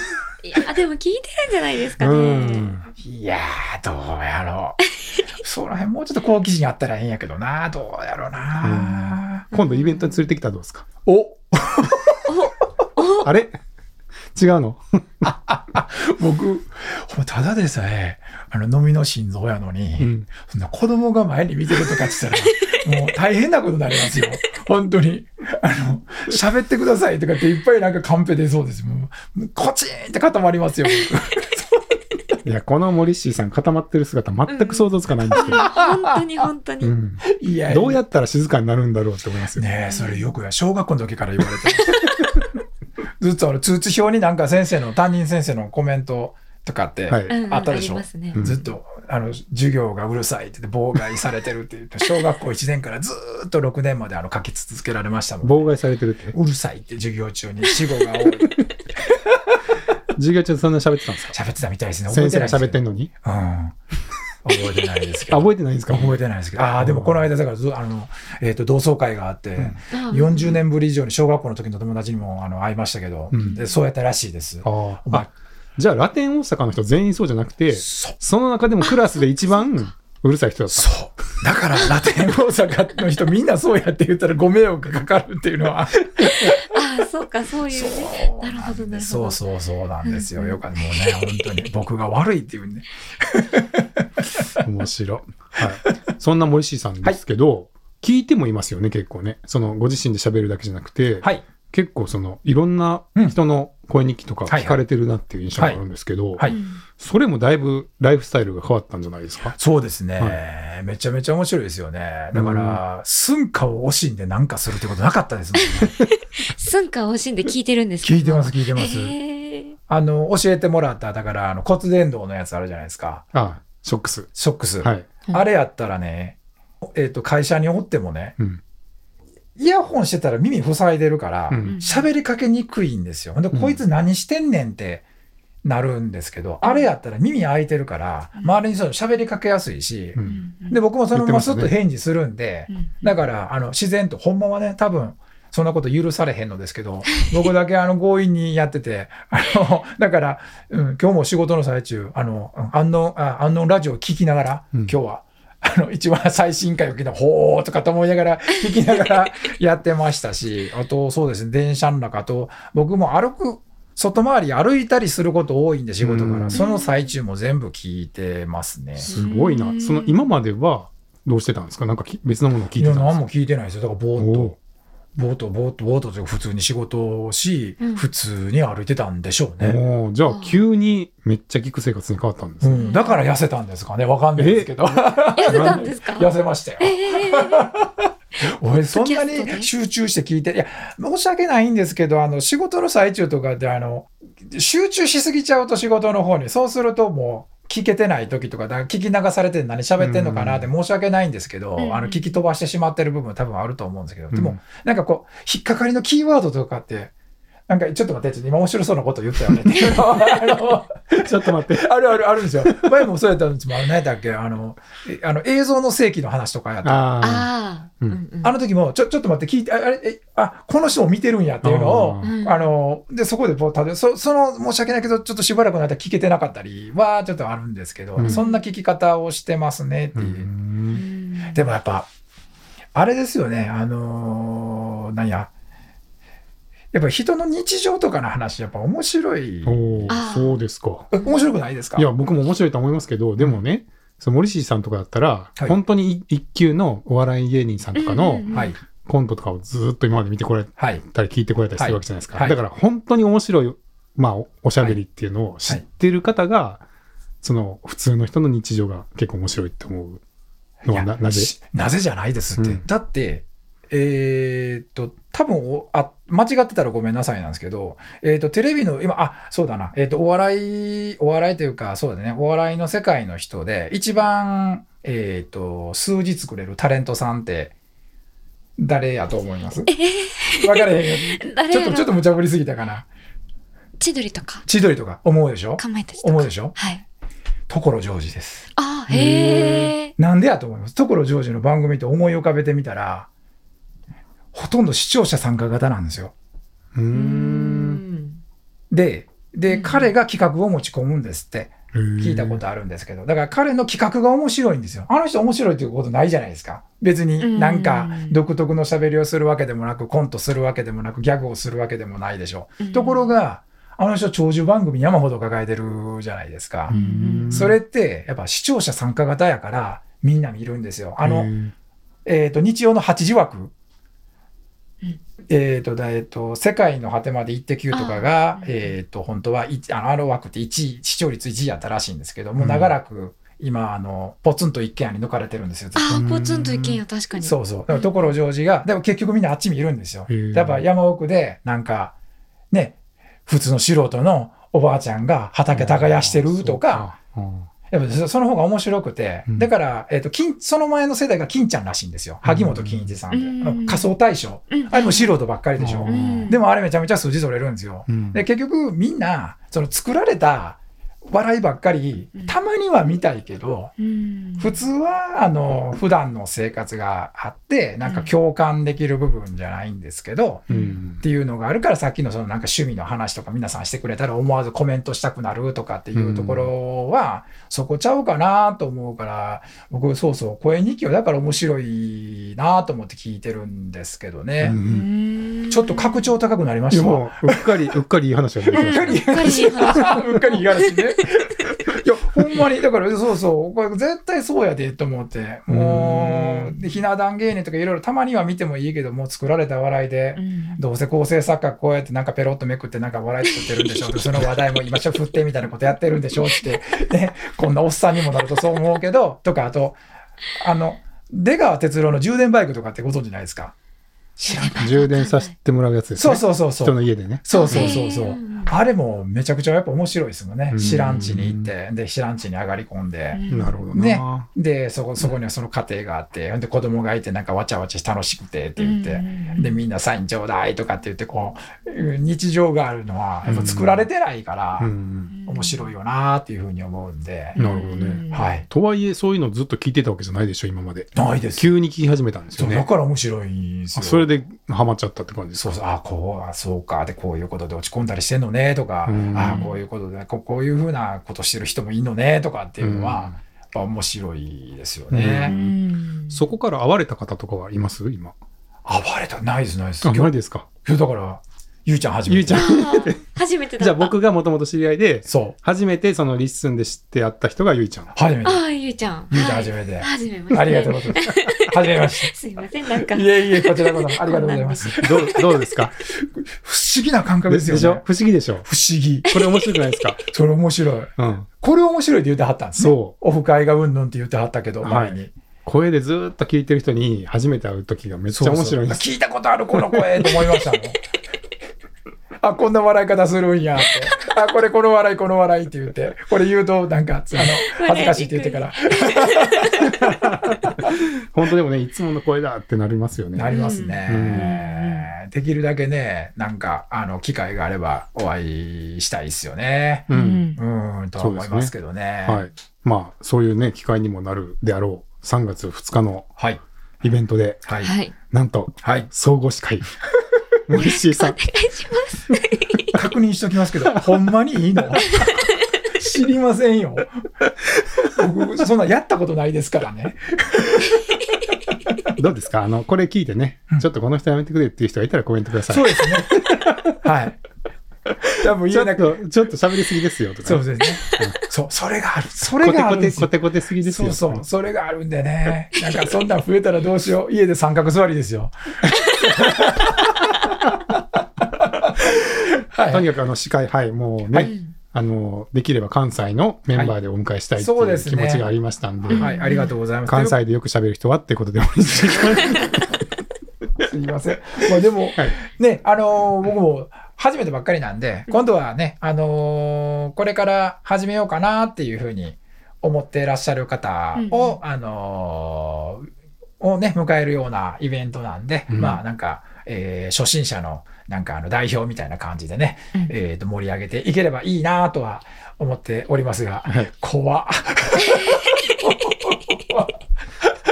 B: いや、でも聞いてるんじゃないです
A: う
B: かね。
A: ん。
C: いやー、どうやろう。 *laughs* その辺もうちょっと好奇心あったらええんやけどな、どうやろうな。
A: 今度イベントに連れてきたらどうですか
C: お
A: あれ違うの
C: 僕、ほんただでさえ、あの、飲みの心臓やのに、
A: うん。
C: そんな子供が前に見てるとかって言ったら、もう大変なことになります *laughs* よ。本当に。あの、喋ってくださいとかっていっぱいなんかカンペ出そうです。もう、もうコチーンって固まり *laughs* ますよ。
A: いや、このモレッシーさん固まってる姿全く想像つかないんですけど。
B: 本当に本当
A: う
B: に。
A: ん。
C: 僕いや
A: どうやったら静かになるんだろうって思いますよ。
C: ねえ、それよくや小学校の時から言われてる *laughs* ずっとあの通知表になんか先生の、担任先生のコメントとかって、
A: はい。
B: うんうん
C: あったでしょ
B: ありますね
A: うん。
C: ずっと、あの、授業がうるさいって言って妨害されてるって
A: *laughs*
C: 言って、小学校1年からずーっと6年まであの書き続けられましたもん。
A: 妨害されてるって。
C: うるさいって授業中に死語が多い。
A: 授業中そんな喋ってたんですか
C: 喋ってたみた
A: *laughs*
C: いですね。覚え
A: 先
C: て
A: 生
C: な
A: が
C: いです
A: 喋ってん
C: の
A: のに
C: *laughs* うん。覚えてないですけ
A: あ
C: ど。
A: 覚えてないんですか
C: 覚えてないですけど。ああ、でもこの間、だからず、あの、えっ、と、同窓会があって、
B: あ
C: 40年ぶり以上に小学校の時の友達にもあの会いましたけど、
A: うん
C: でそうやったらしいです。
A: あ
C: ま
A: あ。
C: あ
A: じゃあ、ラテン大阪の人全員そうじゃなくて、
C: そう。
A: その中でもクラスで一番うるさい人だった。
C: そう。だから、ラテン大阪の人みんなそうやって言ったらご迷惑がかかるっていうのは。
B: あ、そうか、そういうね。
C: そう
B: なるほどなるほど。
C: そうそうそうなんですよ。よかった。もうね、本当に僕が悪いっていうね。
A: 面白い。はい。そんな森氏さんですけど、聞いてもいますよね、結構ね。その、ご自身で喋るだけじゃなくて、
C: はい。
A: 結構その、いろんな人の声日記とか
C: はいはい
A: 聞かれてるなっていう印象があるんですけど、
C: はいう
B: ん
A: それもだいぶライフスタイルが変わったんじゃないですか。
C: そうですね、めちゃめちゃ面白いですよね。だから、寸歌を惜しんでなんかするってことなかったですもんね。
B: 寸歌を惜しんで聞いてるんです
C: *laughs* 聞いてます、
B: 聞い
C: 聞いて
B: て
C: ます。 *laughs* あの、教えてもらった、だから、あの、骨伝導のやつあるじゃないですか。
A: ああ、ショックス。
C: ショックス。
A: はい。
C: あれやったらね、えっ、と、会社におってもね、
A: うん。
C: イヤホンしてたら耳塞いでるから
A: う、ん。
C: 喋、りかけにくいんですよ。ほんで、こいつ何してんねんってなるんですけど、あれやったら耳開いてるから、周りにそう喋りかけやすいし、
A: うん。
C: で、僕もそのまますっ
A: 言
C: と
A: ってま
C: 返事するんで、だから、あの、自然と、ほんまはね、多分、そんなこと許されへんのですけど、僕だけあの強引にやってて、あの、だから、うん、今日も仕事の最中、あの、うんアンノン、あアンノンラジオを聞きながら、
A: うん
C: 今日は、あの、一番最新回を聞いて、ほーとかと思いながら、聞きながらやってましたし、あと、そうですね、電車の中あと、僕も歩く、外回り歩いたりすること多いんで、仕事か
A: う
C: ら。
A: ん
C: その最中も全部聞いてますね。
A: すごいな。その、今まではどうしてたんですかなんかき別のものを聞い
C: い
A: て
C: や、
A: たんです
C: 何
A: か
C: も聞いてないですよ。だから、ぼーっと。ボート、ボート、ボートというか普通に仕事をし、
B: うん
C: 普通に歩いてたんでしょう
A: お
C: ね。
A: おーじゃ
B: う
A: あ
B: ん
A: 急にめっちゃ聞く生活に変わったんですね、
C: うん、だから痩せたんですかねわかんないですけど。
B: 痩せたんですか
C: *laughs* 痩せましたよ。俺、そんな
B: ポッドキャストで
C: に集中して聞いて、いや、申し訳ないんですけど、あの、仕事の最中とかで、あの、集中しすぎちゃうと仕事の方に、そうするともう、聞けてない時とか、だから聞き流されて何喋ってんのかなって申し訳ないんですけど、
B: うん
C: あの、聞き飛ばしてしまってる部分多分あると思うんですけど、で
A: うん
C: も、なんかこう、引っかかりのキーワードとかって、なんか、ちょっと待って、ちょっと今面白そうなこと言ったよねってい
B: *laughs*
C: うのはあ
A: ちょっと待って。
C: の、あるあるあるんですよ。前もそうやったんですもん、あの何だっけ、あの、えあの映像の世紀の話とかやった
A: ああ。
B: ああ。
A: う
B: うんんうん
C: あの時も、ちょ、ちょっと待って、聞いて、ああれ、え、あ、この人も見てるんやっていうのを
A: あ、
B: ー
C: あの、で、そこで、ぼたとえそ、その、申し訳ないけど、ちょっとしばらくの間聞けてなかったりは、ちょっとあるんですけど、
A: うん
C: そんな聞き方をしてますねって
A: う。
C: いう。
B: うんん
C: でもやっぱ、あれですよね、あのー、なんや。やっぱ人の日常とかの話、やっぱ面白い。え
A: おお
B: あー
A: そうですか。
C: 面白くないですか
A: いや、僕も面白いと思いますけど、でもね、その森氏さんとかだったら、
C: はい
A: 本当にい一級のお笑い芸人さんとか
B: うんう
A: の
B: んうん
C: はい。
A: コントとかをずっと今まで見てこられ
C: はい。
A: たり聞いてこられたりするわけじゃないですか。
C: はい
A: だから本当に面白い、まあ、おおしゃべりっていうのを知ってる方が、その普通の人の日常が結構面白いって思うのはななぜ
C: しなぜじゃないですって。
A: うん
C: だって、えーっと、多分おあ、間違ってたらごめんなさいなんですけど、えーっと、テレビの、今、あ、そうだな、えーっと、お笑い、お笑いというか、そうだね、お笑いの世界の人で、一番、えーっと、数字作れるタレントさんって、誰やと思いますわかれへんよ。
B: 誰
C: ち
B: や
C: ょっ
B: ろ
C: と、ちょっと無茶ぶりすぎたかな。
B: 千鳥とか、
C: 千鳥とか思うでしょ
B: かまいたちと
C: 思う
B: か。
C: でしょ
B: はい。
C: 所ジョージです。
B: あー、へえ。
C: なんでやと思います。所ジョージの番組って思い浮かべてみたら、ほとんど視聴者参加型なんですよ。
A: うー
B: うー
A: ん。
B: ん。
C: で、で、
B: うん
C: 彼が企画を持ち込むんですって、聞
A: 聞
C: いたことあるんですけど、だから彼の企画が面白いんですよ。あの人面白いっていうことないじゃないですか。別になんか
B: うん
C: 独特の喋りをするわけでもなく、コントするわけでもなく、ギャグをするわけでもないでしょ
B: うん
C: ところが、あの人長寿番組山ほど抱えてるじゃないですか。それって、やっぱ視聴者参加型やから、みんな見るんですよ。あの、えー、と日曜の8時枠、
B: うん
C: えーとだえーと「世界の果てまでイッテ Q!」とか
B: あ
C: が
B: ー、
C: えー、と本当は一あのあの枠って1位視聴率1位やったらしいんですけどもう長らく今あのポツンと一軒家に抜かれてるんですよ。ずっと
B: あー、ポツンと一軒家、確かに。
C: そうそうだから所ジョージがでも結局みんなあっちにいるんですよ。
A: へえ
C: やっぱ山奥でなんかね普通の素人のおばあちゃんが畑耕してるとか。
A: そうか。
C: やっぱそその方が面白くて、
A: うん
C: だから、えっと金その前の世代が金ちゃんらしいんですよ、萩本欽一さんで、
B: うん
C: あの仮想大賞、
B: うん
C: あれも素人ばっかりでしょ、
B: ん
C: でもあれめちゃめちゃ数字取れるんですよ。
A: うん
C: で結局、みんなその作られた笑いばっかり
B: うん、
C: たまには見たいけど、
B: うん。
C: 普通はあの普段の生活があって、なんか共感できる部分じゃないんですけど。
A: うん
C: っていうのがあるからさっきのそのなんか趣味の話とか皆さんしてくれたら思わずコメントしたくなるとかっていうところはそこちゃうかなと思うから僕そうそう声日記はだから面白いなと思って聞いてるんですけど
A: う
C: ね、
A: ん
C: ちょっと
B: か
C: 拡張高くなりま
A: い
C: し
A: や
C: たわ
A: もううっかり、うっかりいい話が出てきました
B: うっかりいい話
C: *laughs* うっかり言いがらしねいやほんまにだからそうそうこれ絶対そうやでと思っても
A: う
C: うひな壇芸人とかいろいろたまには見てもいいけどもう作られた笑いで *laughs*
B: うん。
C: どうせ構成作家こうやってなんかペロッとめくってなんか笑い作ってるんでしょうその話題も今ちょ振ってみたいなことやってるんでしょうって、ね、こんなおっさんにもなるとそう思うけどとかあとあの出川哲朗の充電バイクとかってご存知ないですか知らん
A: 充電させてもらうやつです
C: そう
A: ね。
C: そうそうそう
A: 人の家でね。
C: そうそうそうそ
B: へ
C: う
B: ー
C: あれもめちゃくちゃやっぱ面白いですもんね
A: うん
C: 知らん地に行ってで知らん地に上がり込んで。
B: うん
A: なるほど
C: ね
A: な。
C: でそこそこにはその家庭があってで子供がいてなんかわちゃわちゃして楽しくてって言って、
B: うん
C: でみんなサインちょうだいとかって言ってこう日常があるのはやっぱ作られてないから
A: うん
C: 面白いよなっていうふうに思うんで、
A: なるほどね。
C: はい
A: とはいえ、そういうのずっと聞いてたわけじゃないでしょ、今まで。
C: ないですよ、
A: 急に聞き始めたんです
C: そ
A: よ
C: うだ
A: ね。
C: から面白いんです
A: あ
C: よ
A: それでハマっちゃったって感じです
C: そう
A: か。
C: そうあこうあそうかでこういうことで落ち込んだりしてんのねとか、
A: うん
C: あこういうことでここういうふうなことしてる人もいいのねとかっていうのは、やっぱ面白いですよ
B: う
C: ね、
B: ん。
A: そこから会われた方とかはいます今。
C: 暴れたないですないです
A: あ、
C: 今
A: ない
C: 日
A: ですか。
C: 今日だからゆうちゃん初めて
A: ゆいちゃん。
B: あー初めてだっ
A: *laughs*
B: た。
A: じゃあ僕がもともと知り合いで、
C: そう
A: 初めてそのリッスンで知って会った人がゆいちゃん。
C: 初めて
B: ああ、ゆうちゃん。
C: ゆうちゃん
B: はい
C: 初めて
B: 初めまして。
C: ありがとうございます
A: *laughs*
C: 初めまして
B: すいません、なんか。
C: いえ *laughs* いえ、こちらこそ、ありがとうございます。
A: どうどうです *laughs* か
C: 不思議な感覚
A: で
C: です
A: し
C: よ
A: ょ
C: ね。
A: 不思議でしょ
C: 不思議。
A: これ面白くないですか
C: それ面白い。
A: うん。
C: これ面白いって言ってはったんですね。。
A: そう
C: オフ会がうんぬんって言ってはったけど、
A: はい
C: 前に。
A: 声でずーっと聞いてる人に初めて会う時がめっちゃ面白いんです。
C: そうそう聞いたことある、この声と思いま
A: *laughs*
C: したもん。あ、こんな笑い方するんやって。あ、これ、この笑い、この笑いって言って。これ言うと、なんか、あの、恥ずかしいって言ってから、
A: 本当でもね、いつもの声だってなりますよね。
C: なります
A: う
C: ね。できるだけね、なんか、あの、機会があれば、お会いしたいですよね。
A: う。
B: うんん
C: う。ーん、とは思いますけどね。
A: はい。まあ、そういうね、機会にもなるであろう。3月2日の
C: はい。
A: イベントで、
C: はい。
B: はい。
A: なんと、
C: はい。
A: 総合司会。
C: *laughs*
A: 森氏さん。
B: お願いします。
C: 確認しときます
A: *laughs*
C: けど、ほんまにいいの知りませんよ。僕、そんなやったことないですからね。
A: どうですかあの、これ聞いてね、ちょっとこの人やめてくれっていう人がいたらコメントください。
C: そうです
A: *laughs*
C: ね。はい。多分
A: ち
C: 言
A: ょ
C: えな
A: っ
C: く
A: と、ちょっと喋りすぎですよとか
C: そ
A: ね、
C: うですね。そう、それがある。それ
A: コテ
C: があ
A: コ
C: るんで
A: テ、
C: す
A: コ
C: よ。
A: テコテすぎです
C: そ
A: よ。
C: うそう、それがあるんでね。なんかそんなん増えたらどう
A: *laughs*
C: しよう。家で三角座りですよ。は
A: とに
C: い。
A: かくあの、司会、はい、もうね、
B: うん
A: あの、できれば関西のメンバーでお迎えしたいって
C: はいそう
A: い
C: で
A: う
C: す
A: 気
C: ね
A: 持ちがありましたんで、
C: はい、ありがとうございます。
A: 関西でよく喋る人はってことでもいいし
C: *laughs* すいません。まあでも、
A: はい
C: ね、あのー僕も初めてばっかりなんで、今度はね、あのーこれから始めようかなっていうふうに思ってらっしゃる方を、あのーをね、迎えるようなイベントなんで、
A: うん
C: まあなんか、えー初心者のなんかあの代表みたいな感じでね、
B: うん
C: えーと盛り上げていければいいなとは思っておりますが、
A: はい
C: 怖っ。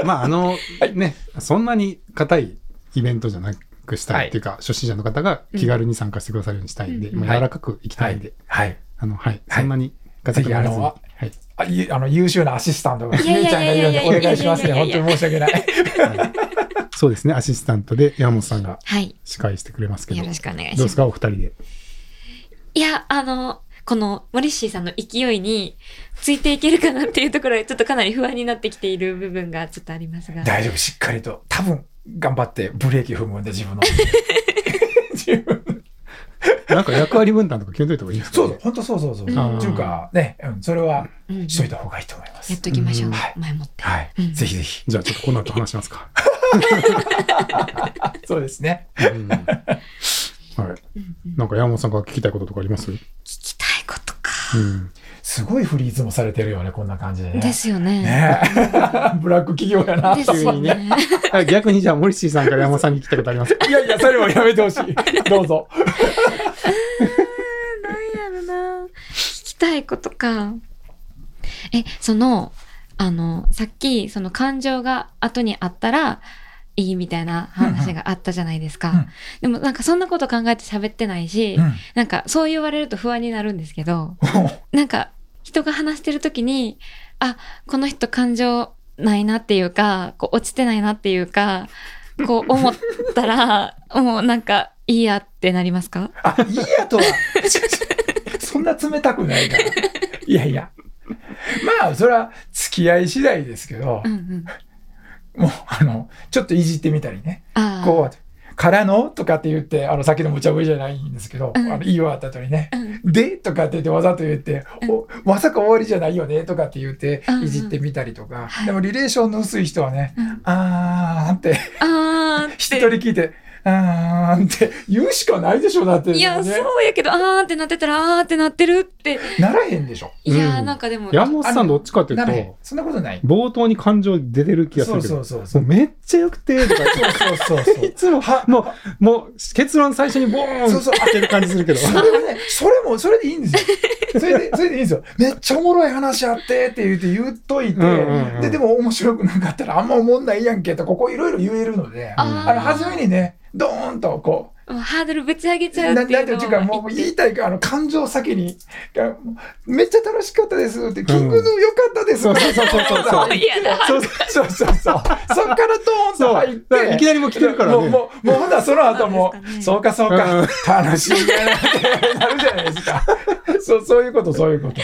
A: まあ、あの、ね、そんなに硬いイベントじゃなくした
C: はいい
A: っていうか、初心者の方が気軽に参加してくださるようにしたいんで、
B: うん
A: まあ
C: はい
A: 柔らかくいきたいんで、
C: はい。
A: あの、はい、
C: はい
A: そんなに硬くならずに。
C: ぜ
A: はい。
C: あゆあの優秀なアシスタントが、み
B: いやい
C: ーちゃんが
B: やい
C: い
B: や
C: る
B: いや
C: のでお願いしますね。
B: いや
C: 本
B: いやいやいや
C: 当に申し訳ない。
A: そうですね、アシスタントで山本さんが
B: はい。
A: 司会してくれますけど、
B: よ
A: ど
B: ろしくお願いうしま。
A: ですすか、お二人で。
B: いや、あの、このモリッシーさんの勢いについていけるかなっていうところで、ちょっとかなり不安になってきている部分がちょっとありますが。
C: 大丈夫、しっかりと。多分、頑張ってブレーキ踏むんで、自分の。自分
A: *laughs* なんか役割分担とか決めといた方がいいですか、ね、
C: そうそう、本当そうそうそう。
B: あー
C: っていうか、ね、うん、それは
B: うん
C: しといた方がいいと思いま
B: やっ
C: す。
B: ときましょう。
A: うん
C: はい
B: 前もって。
C: はい、
B: うん
C: ぜひぜひ。
A: じゃあちょっとこの後話しますか。
C: そうですね。
A: うんはい。
B: うんうん
A: なんか山本さんから聞きたいこととかありますうん。 *laughs*
B: 聞きたいことか。
C: すごいフリーズもされてるよね、こんな感じでね。
B: ですよね。
C: ね *laughs* ブラック企業やな。
B: ですよ
A: 急に
B: *laughs* ね。
A: あ逆にじゃあ、モリシーさんから山本さんに聞きたいことありますか
C: いやいや、それはやめてほしい。どうぞ。
B: なんやろな。聞きたいことか。え、その、あの、さっき、その感情が後にあったら、いいみたいな話があったじゃないですか。
C: うん
B: でもなんかそんなこと考えて喋ってないし、
C: うん
B: なんかそう言われると不安になるんですけど、なんか人が話してる時に、あ、この人感情ないなっていうか、こう落ちてないなっていうか、こう思ったら、 *laughs* もうなんかいいやってなりますか
C: あ、いいやとは、 *laughs* そんな冷たくないから。いやいや。まあ、それは付き合い次第ですけど
B: うん、うん。
C: もう、あの、ちょっといじってみたりね。
B: ああ。
C: こう、からのとかって言って、あの、先の無茶ぶりじゃないんですけど、
B: うん
C: あの、言い終わった後にね、
B: うん
C: でとかって言ってわざと言って、おまさか終わりじゃないよねとかって言って
B: うんうん
C: いじってみたりとか、
B: はい
C: でもリレーションの薄い人はね、
B: うん
C: あーんって、
B: あーって。
C: 一人聞いて、あーんって言うしかないでしょ、だって、ね。
B: いや、そうやけど、あーってなってたら、あーってなってるって。
C: ならへんでしょ。
B: いやー、
A: うん
B: なんかでも、
A: *laughs* 山本さんどっちかという
C: ならへん
A: と、。
C: そんなことない。
A: 冒頭に感情出てる気がす
C: そ
A: る
C: う
A: けど、
C: そうそ
A: *laughs*
C: うそう。
A: もうめっちゃよくて、とか、
C: そうそうそうそう
A: *laughs* い。つも、
C: は
A: もう、もう結論最初にボーン
C: そうそう
A: ってる感じするけど。
C: それはね、それも、それでいいん
A: *laughs*
C: ですよ。それで、それでいいんですよ。めっちゃおもろい話あってって言って言っといて、
A: うんうんうん
C: で、でも面白くなかったらあんま思んないやんけと、ここいろいろ言えるので、
B: あ
C: あ
B: ー
C: の、初めにね、ドーンとこう、
B: もうハードルぶち上げちゃ
C: な
B: う
C: な
B: っ
C: ん
B: て
C: てい
B: *laughs* いう
C: う
B: の
C: か、もう言いたいか、あの、感情先に、あめっちゃ楽しかったですって、キングヌー良かったです
A: そうそうそうそうそう
C: ドーンと
B: いやだ
C: そう *laughs* そうそうそう。そっからドーンと
A: そ
C: 入っ
A: う。だから
C: て
A: いき、なりもう来てるから
C: もう、
A: ね。
C: もう、もうほんならその後も
B: そうですか、ね
C: そうかそう
A: う
C: か
A: ん、
C: 楽しいねってなるじゃないで
A: *laughs*
C: すか。そう、そういうこと、そういうこと。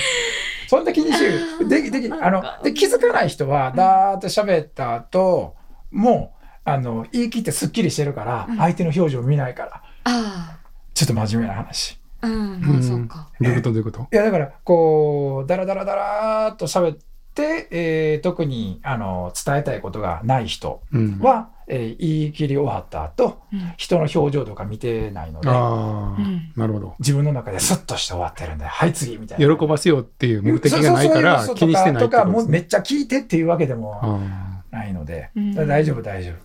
C: そんな気にし
B: あ
C: る。
B: ー
C: でき、でき、あ
B: なん
C: の
B: か、
C: で気づかない人は、だーって喋った後、もう、あの、言い切ってスッキリしてるから、相手の表情見ないから、
B: あ
C: ちょっと真面目な話。
B: あ。うん、
A: う
B: ま
A: ん
B: あそうか。
A: どういうことどういうこと
C: いや、だから、こう、だらだらだらーっと喋って、えー特に、あの、伝えたいことがない人
A: うん。
C: は、えー言い切り終わった後、
B: うん
C: 人の表情とか見てないので、
A: ああ、
B: うん
A: なるほど。
C: 自分の中でスッとして終わってるんで、はい、次みたいな。
A: 喜ばせようっていう目的がないから
C: そうそうそう
A: 気にしてないっ
C: と
A: て
C: か、
A: ことで
C: とかも
A: す
C: う
A: ね。
C: めっちゃ聞いてっていうわけでも
A: あ
C: ないので、
B: うん
C: だから大丈夫、大丈夫。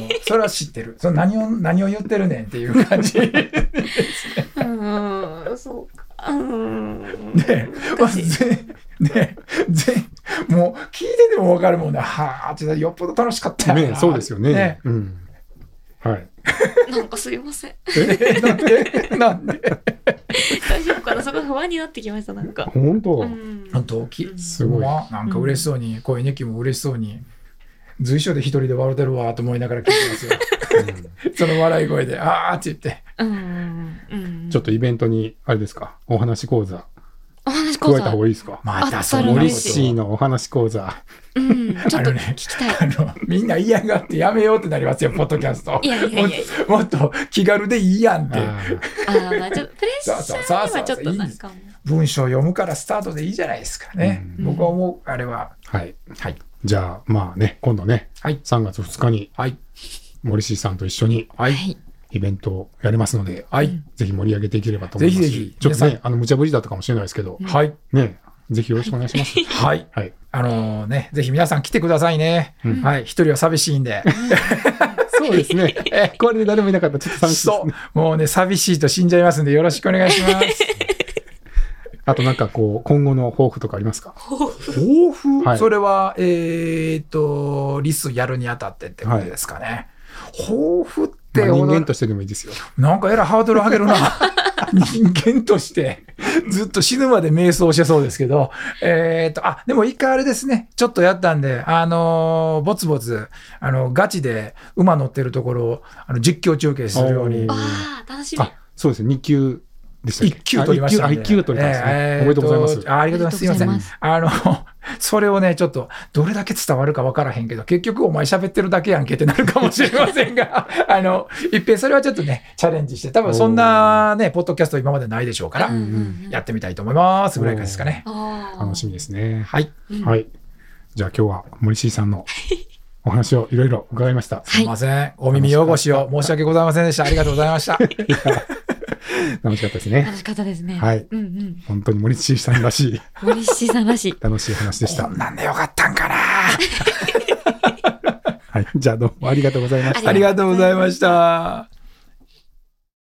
C: もう、それは知ってる。それ何を、何を言ってるねんっていう
A: *laughs*
C: 感じで、
B: うん、そうか。うん。
C: まあ、ぜで、ぜもう、聞いててもわかるもんね。はあ、ちょっとよっぽど楽しかった
A: あ。
C: よな
A: ねそうですよね。うん。はい。
B: なんかすいません。
C: *laughs* なんで、なんで。
B: 大丈夫かなそこ不安になってきました、なんか。
A: 本当、
B: うん。
C: 本当、き
A: すごい。
C: まあなんか嬉しそうに、声ネキも嬉しそうに、随所で一人で笑ってるわと思いながら聞いてますよ。
A: *laughs*
C: その笑い声で、あーって言って。
B: うん。うん。
A: ちょっとイベントに、あれですか、お話講座、
B: お話
A: 加
B: 講
A: えた
B: 座
A: 方。がいいですか。
C: ま
B: あ
C: た
B: そ
C: そ
B: れ
C: の
A: モリッ
B: 嬉
A: シーのお話講座。
B: うん。ちょっと
C: あのね
B: 聞きたい。
C: あの、みんな嫌がってやめようってなりますよ、ポッドキャスト。
B: いやいやいやい
C: もっともっと気軽でいいやんって。
A: あー
B: ああ、まあちょっとプレッシャ
C: そうそうそう
B: ー
C: そう
B: にはちょっとなんかも。
C: 文章を読むからスタートでいいじゃないですかね。
A: うん
C: 僕は思う、あれは。
A: はい。
C: はい。
A: じゃあ、まあね、今度ね、
C: はい。
A: 3月2日に
C: はい。
A: 森氏さんと一緒に
C: はい。
B: はい。
A: イベントをやりますので、
C: はい。
A: ぜひ盛り上げていければと思います。
C: ぜひぜひ
A: ちょっと
C: 皆
A: ね、あの、無茶ぶりだったかもしれないですけど、
C: はい。
A: ね、ぜひよろしくお願いします。
C: はい。 *laughs*
A: はい。
C: あのね、ぜひ皆さん来てくださいね。
A: うん
C: はい。一人は寂しいんで。
A: そうです *laughs* ね。これで誰もいなかったらちょっと寂しいです
C: そ
A: ね。
C: う。もうね、寂しいと死んじゃいますんで、よろしくお願いします。
A: あとなんかこう、今後の抱負とかありますか
C: 抱負、
A: はい
C: それは、えーっと、リスやるにあたってってことですかね。抱負って
A: まあ
C: ほど
A: 人間としてでもいいですよ。
C: なんかえらいハードル上げる
A: *laughs*
C: な。人間として、ずっと死ぬまで瞑想してそうですけど、えーっと、あ、でも一回あれですね、ちょっとやったんで、あのーぼつぼつ、あの、ガチで馬乗ってるところを、あの、実況中継するように
A: おー、
B: わあ、楽しみ。
A: あ、そうですね。2級でしたっけ
C: 一級取りました
A: あ
C: んで。
A: 一級あ一級取りたんですね、
C: えー
A: おめでとうございます。
C: あありがとうございます。すい
B: あ
C: ま
B: りがとうございま
C: せ
B: す
C: ん。あの、 *laughs* それをね、ちょっと、どれだけ伝わるかわからへんけど、結局お前喋ってるだけやんけってなるかもしれませ
A: *laughs*
C: んが、あの、一平それはちょっとね、チャレンジして、多分そんなね、ポッドキャスト今までないでしょうから、
A: ん
C: やってみたいと思いますぐらいですかね。
A: 楽しみですね。
C: はい。
B: み。
A: はいい。じゃあ今日は森 C さんのお話をいろいろ伺いました。
C: すいません。お耳汚しを申し訳ございませんでした。ありがとうございました。
A: 楽しかったですね。
B: 楽しかったですね。
A: はい
B: うんうん。
A: 本当に森 C さんらしい
B: 森七さんらしい。
A: 楽しい話でし
C: こ
A: た
C: ん。なんでよかったんかな。
A: はい。じゃあどうもありがとうございました。
C: ありがとうございました。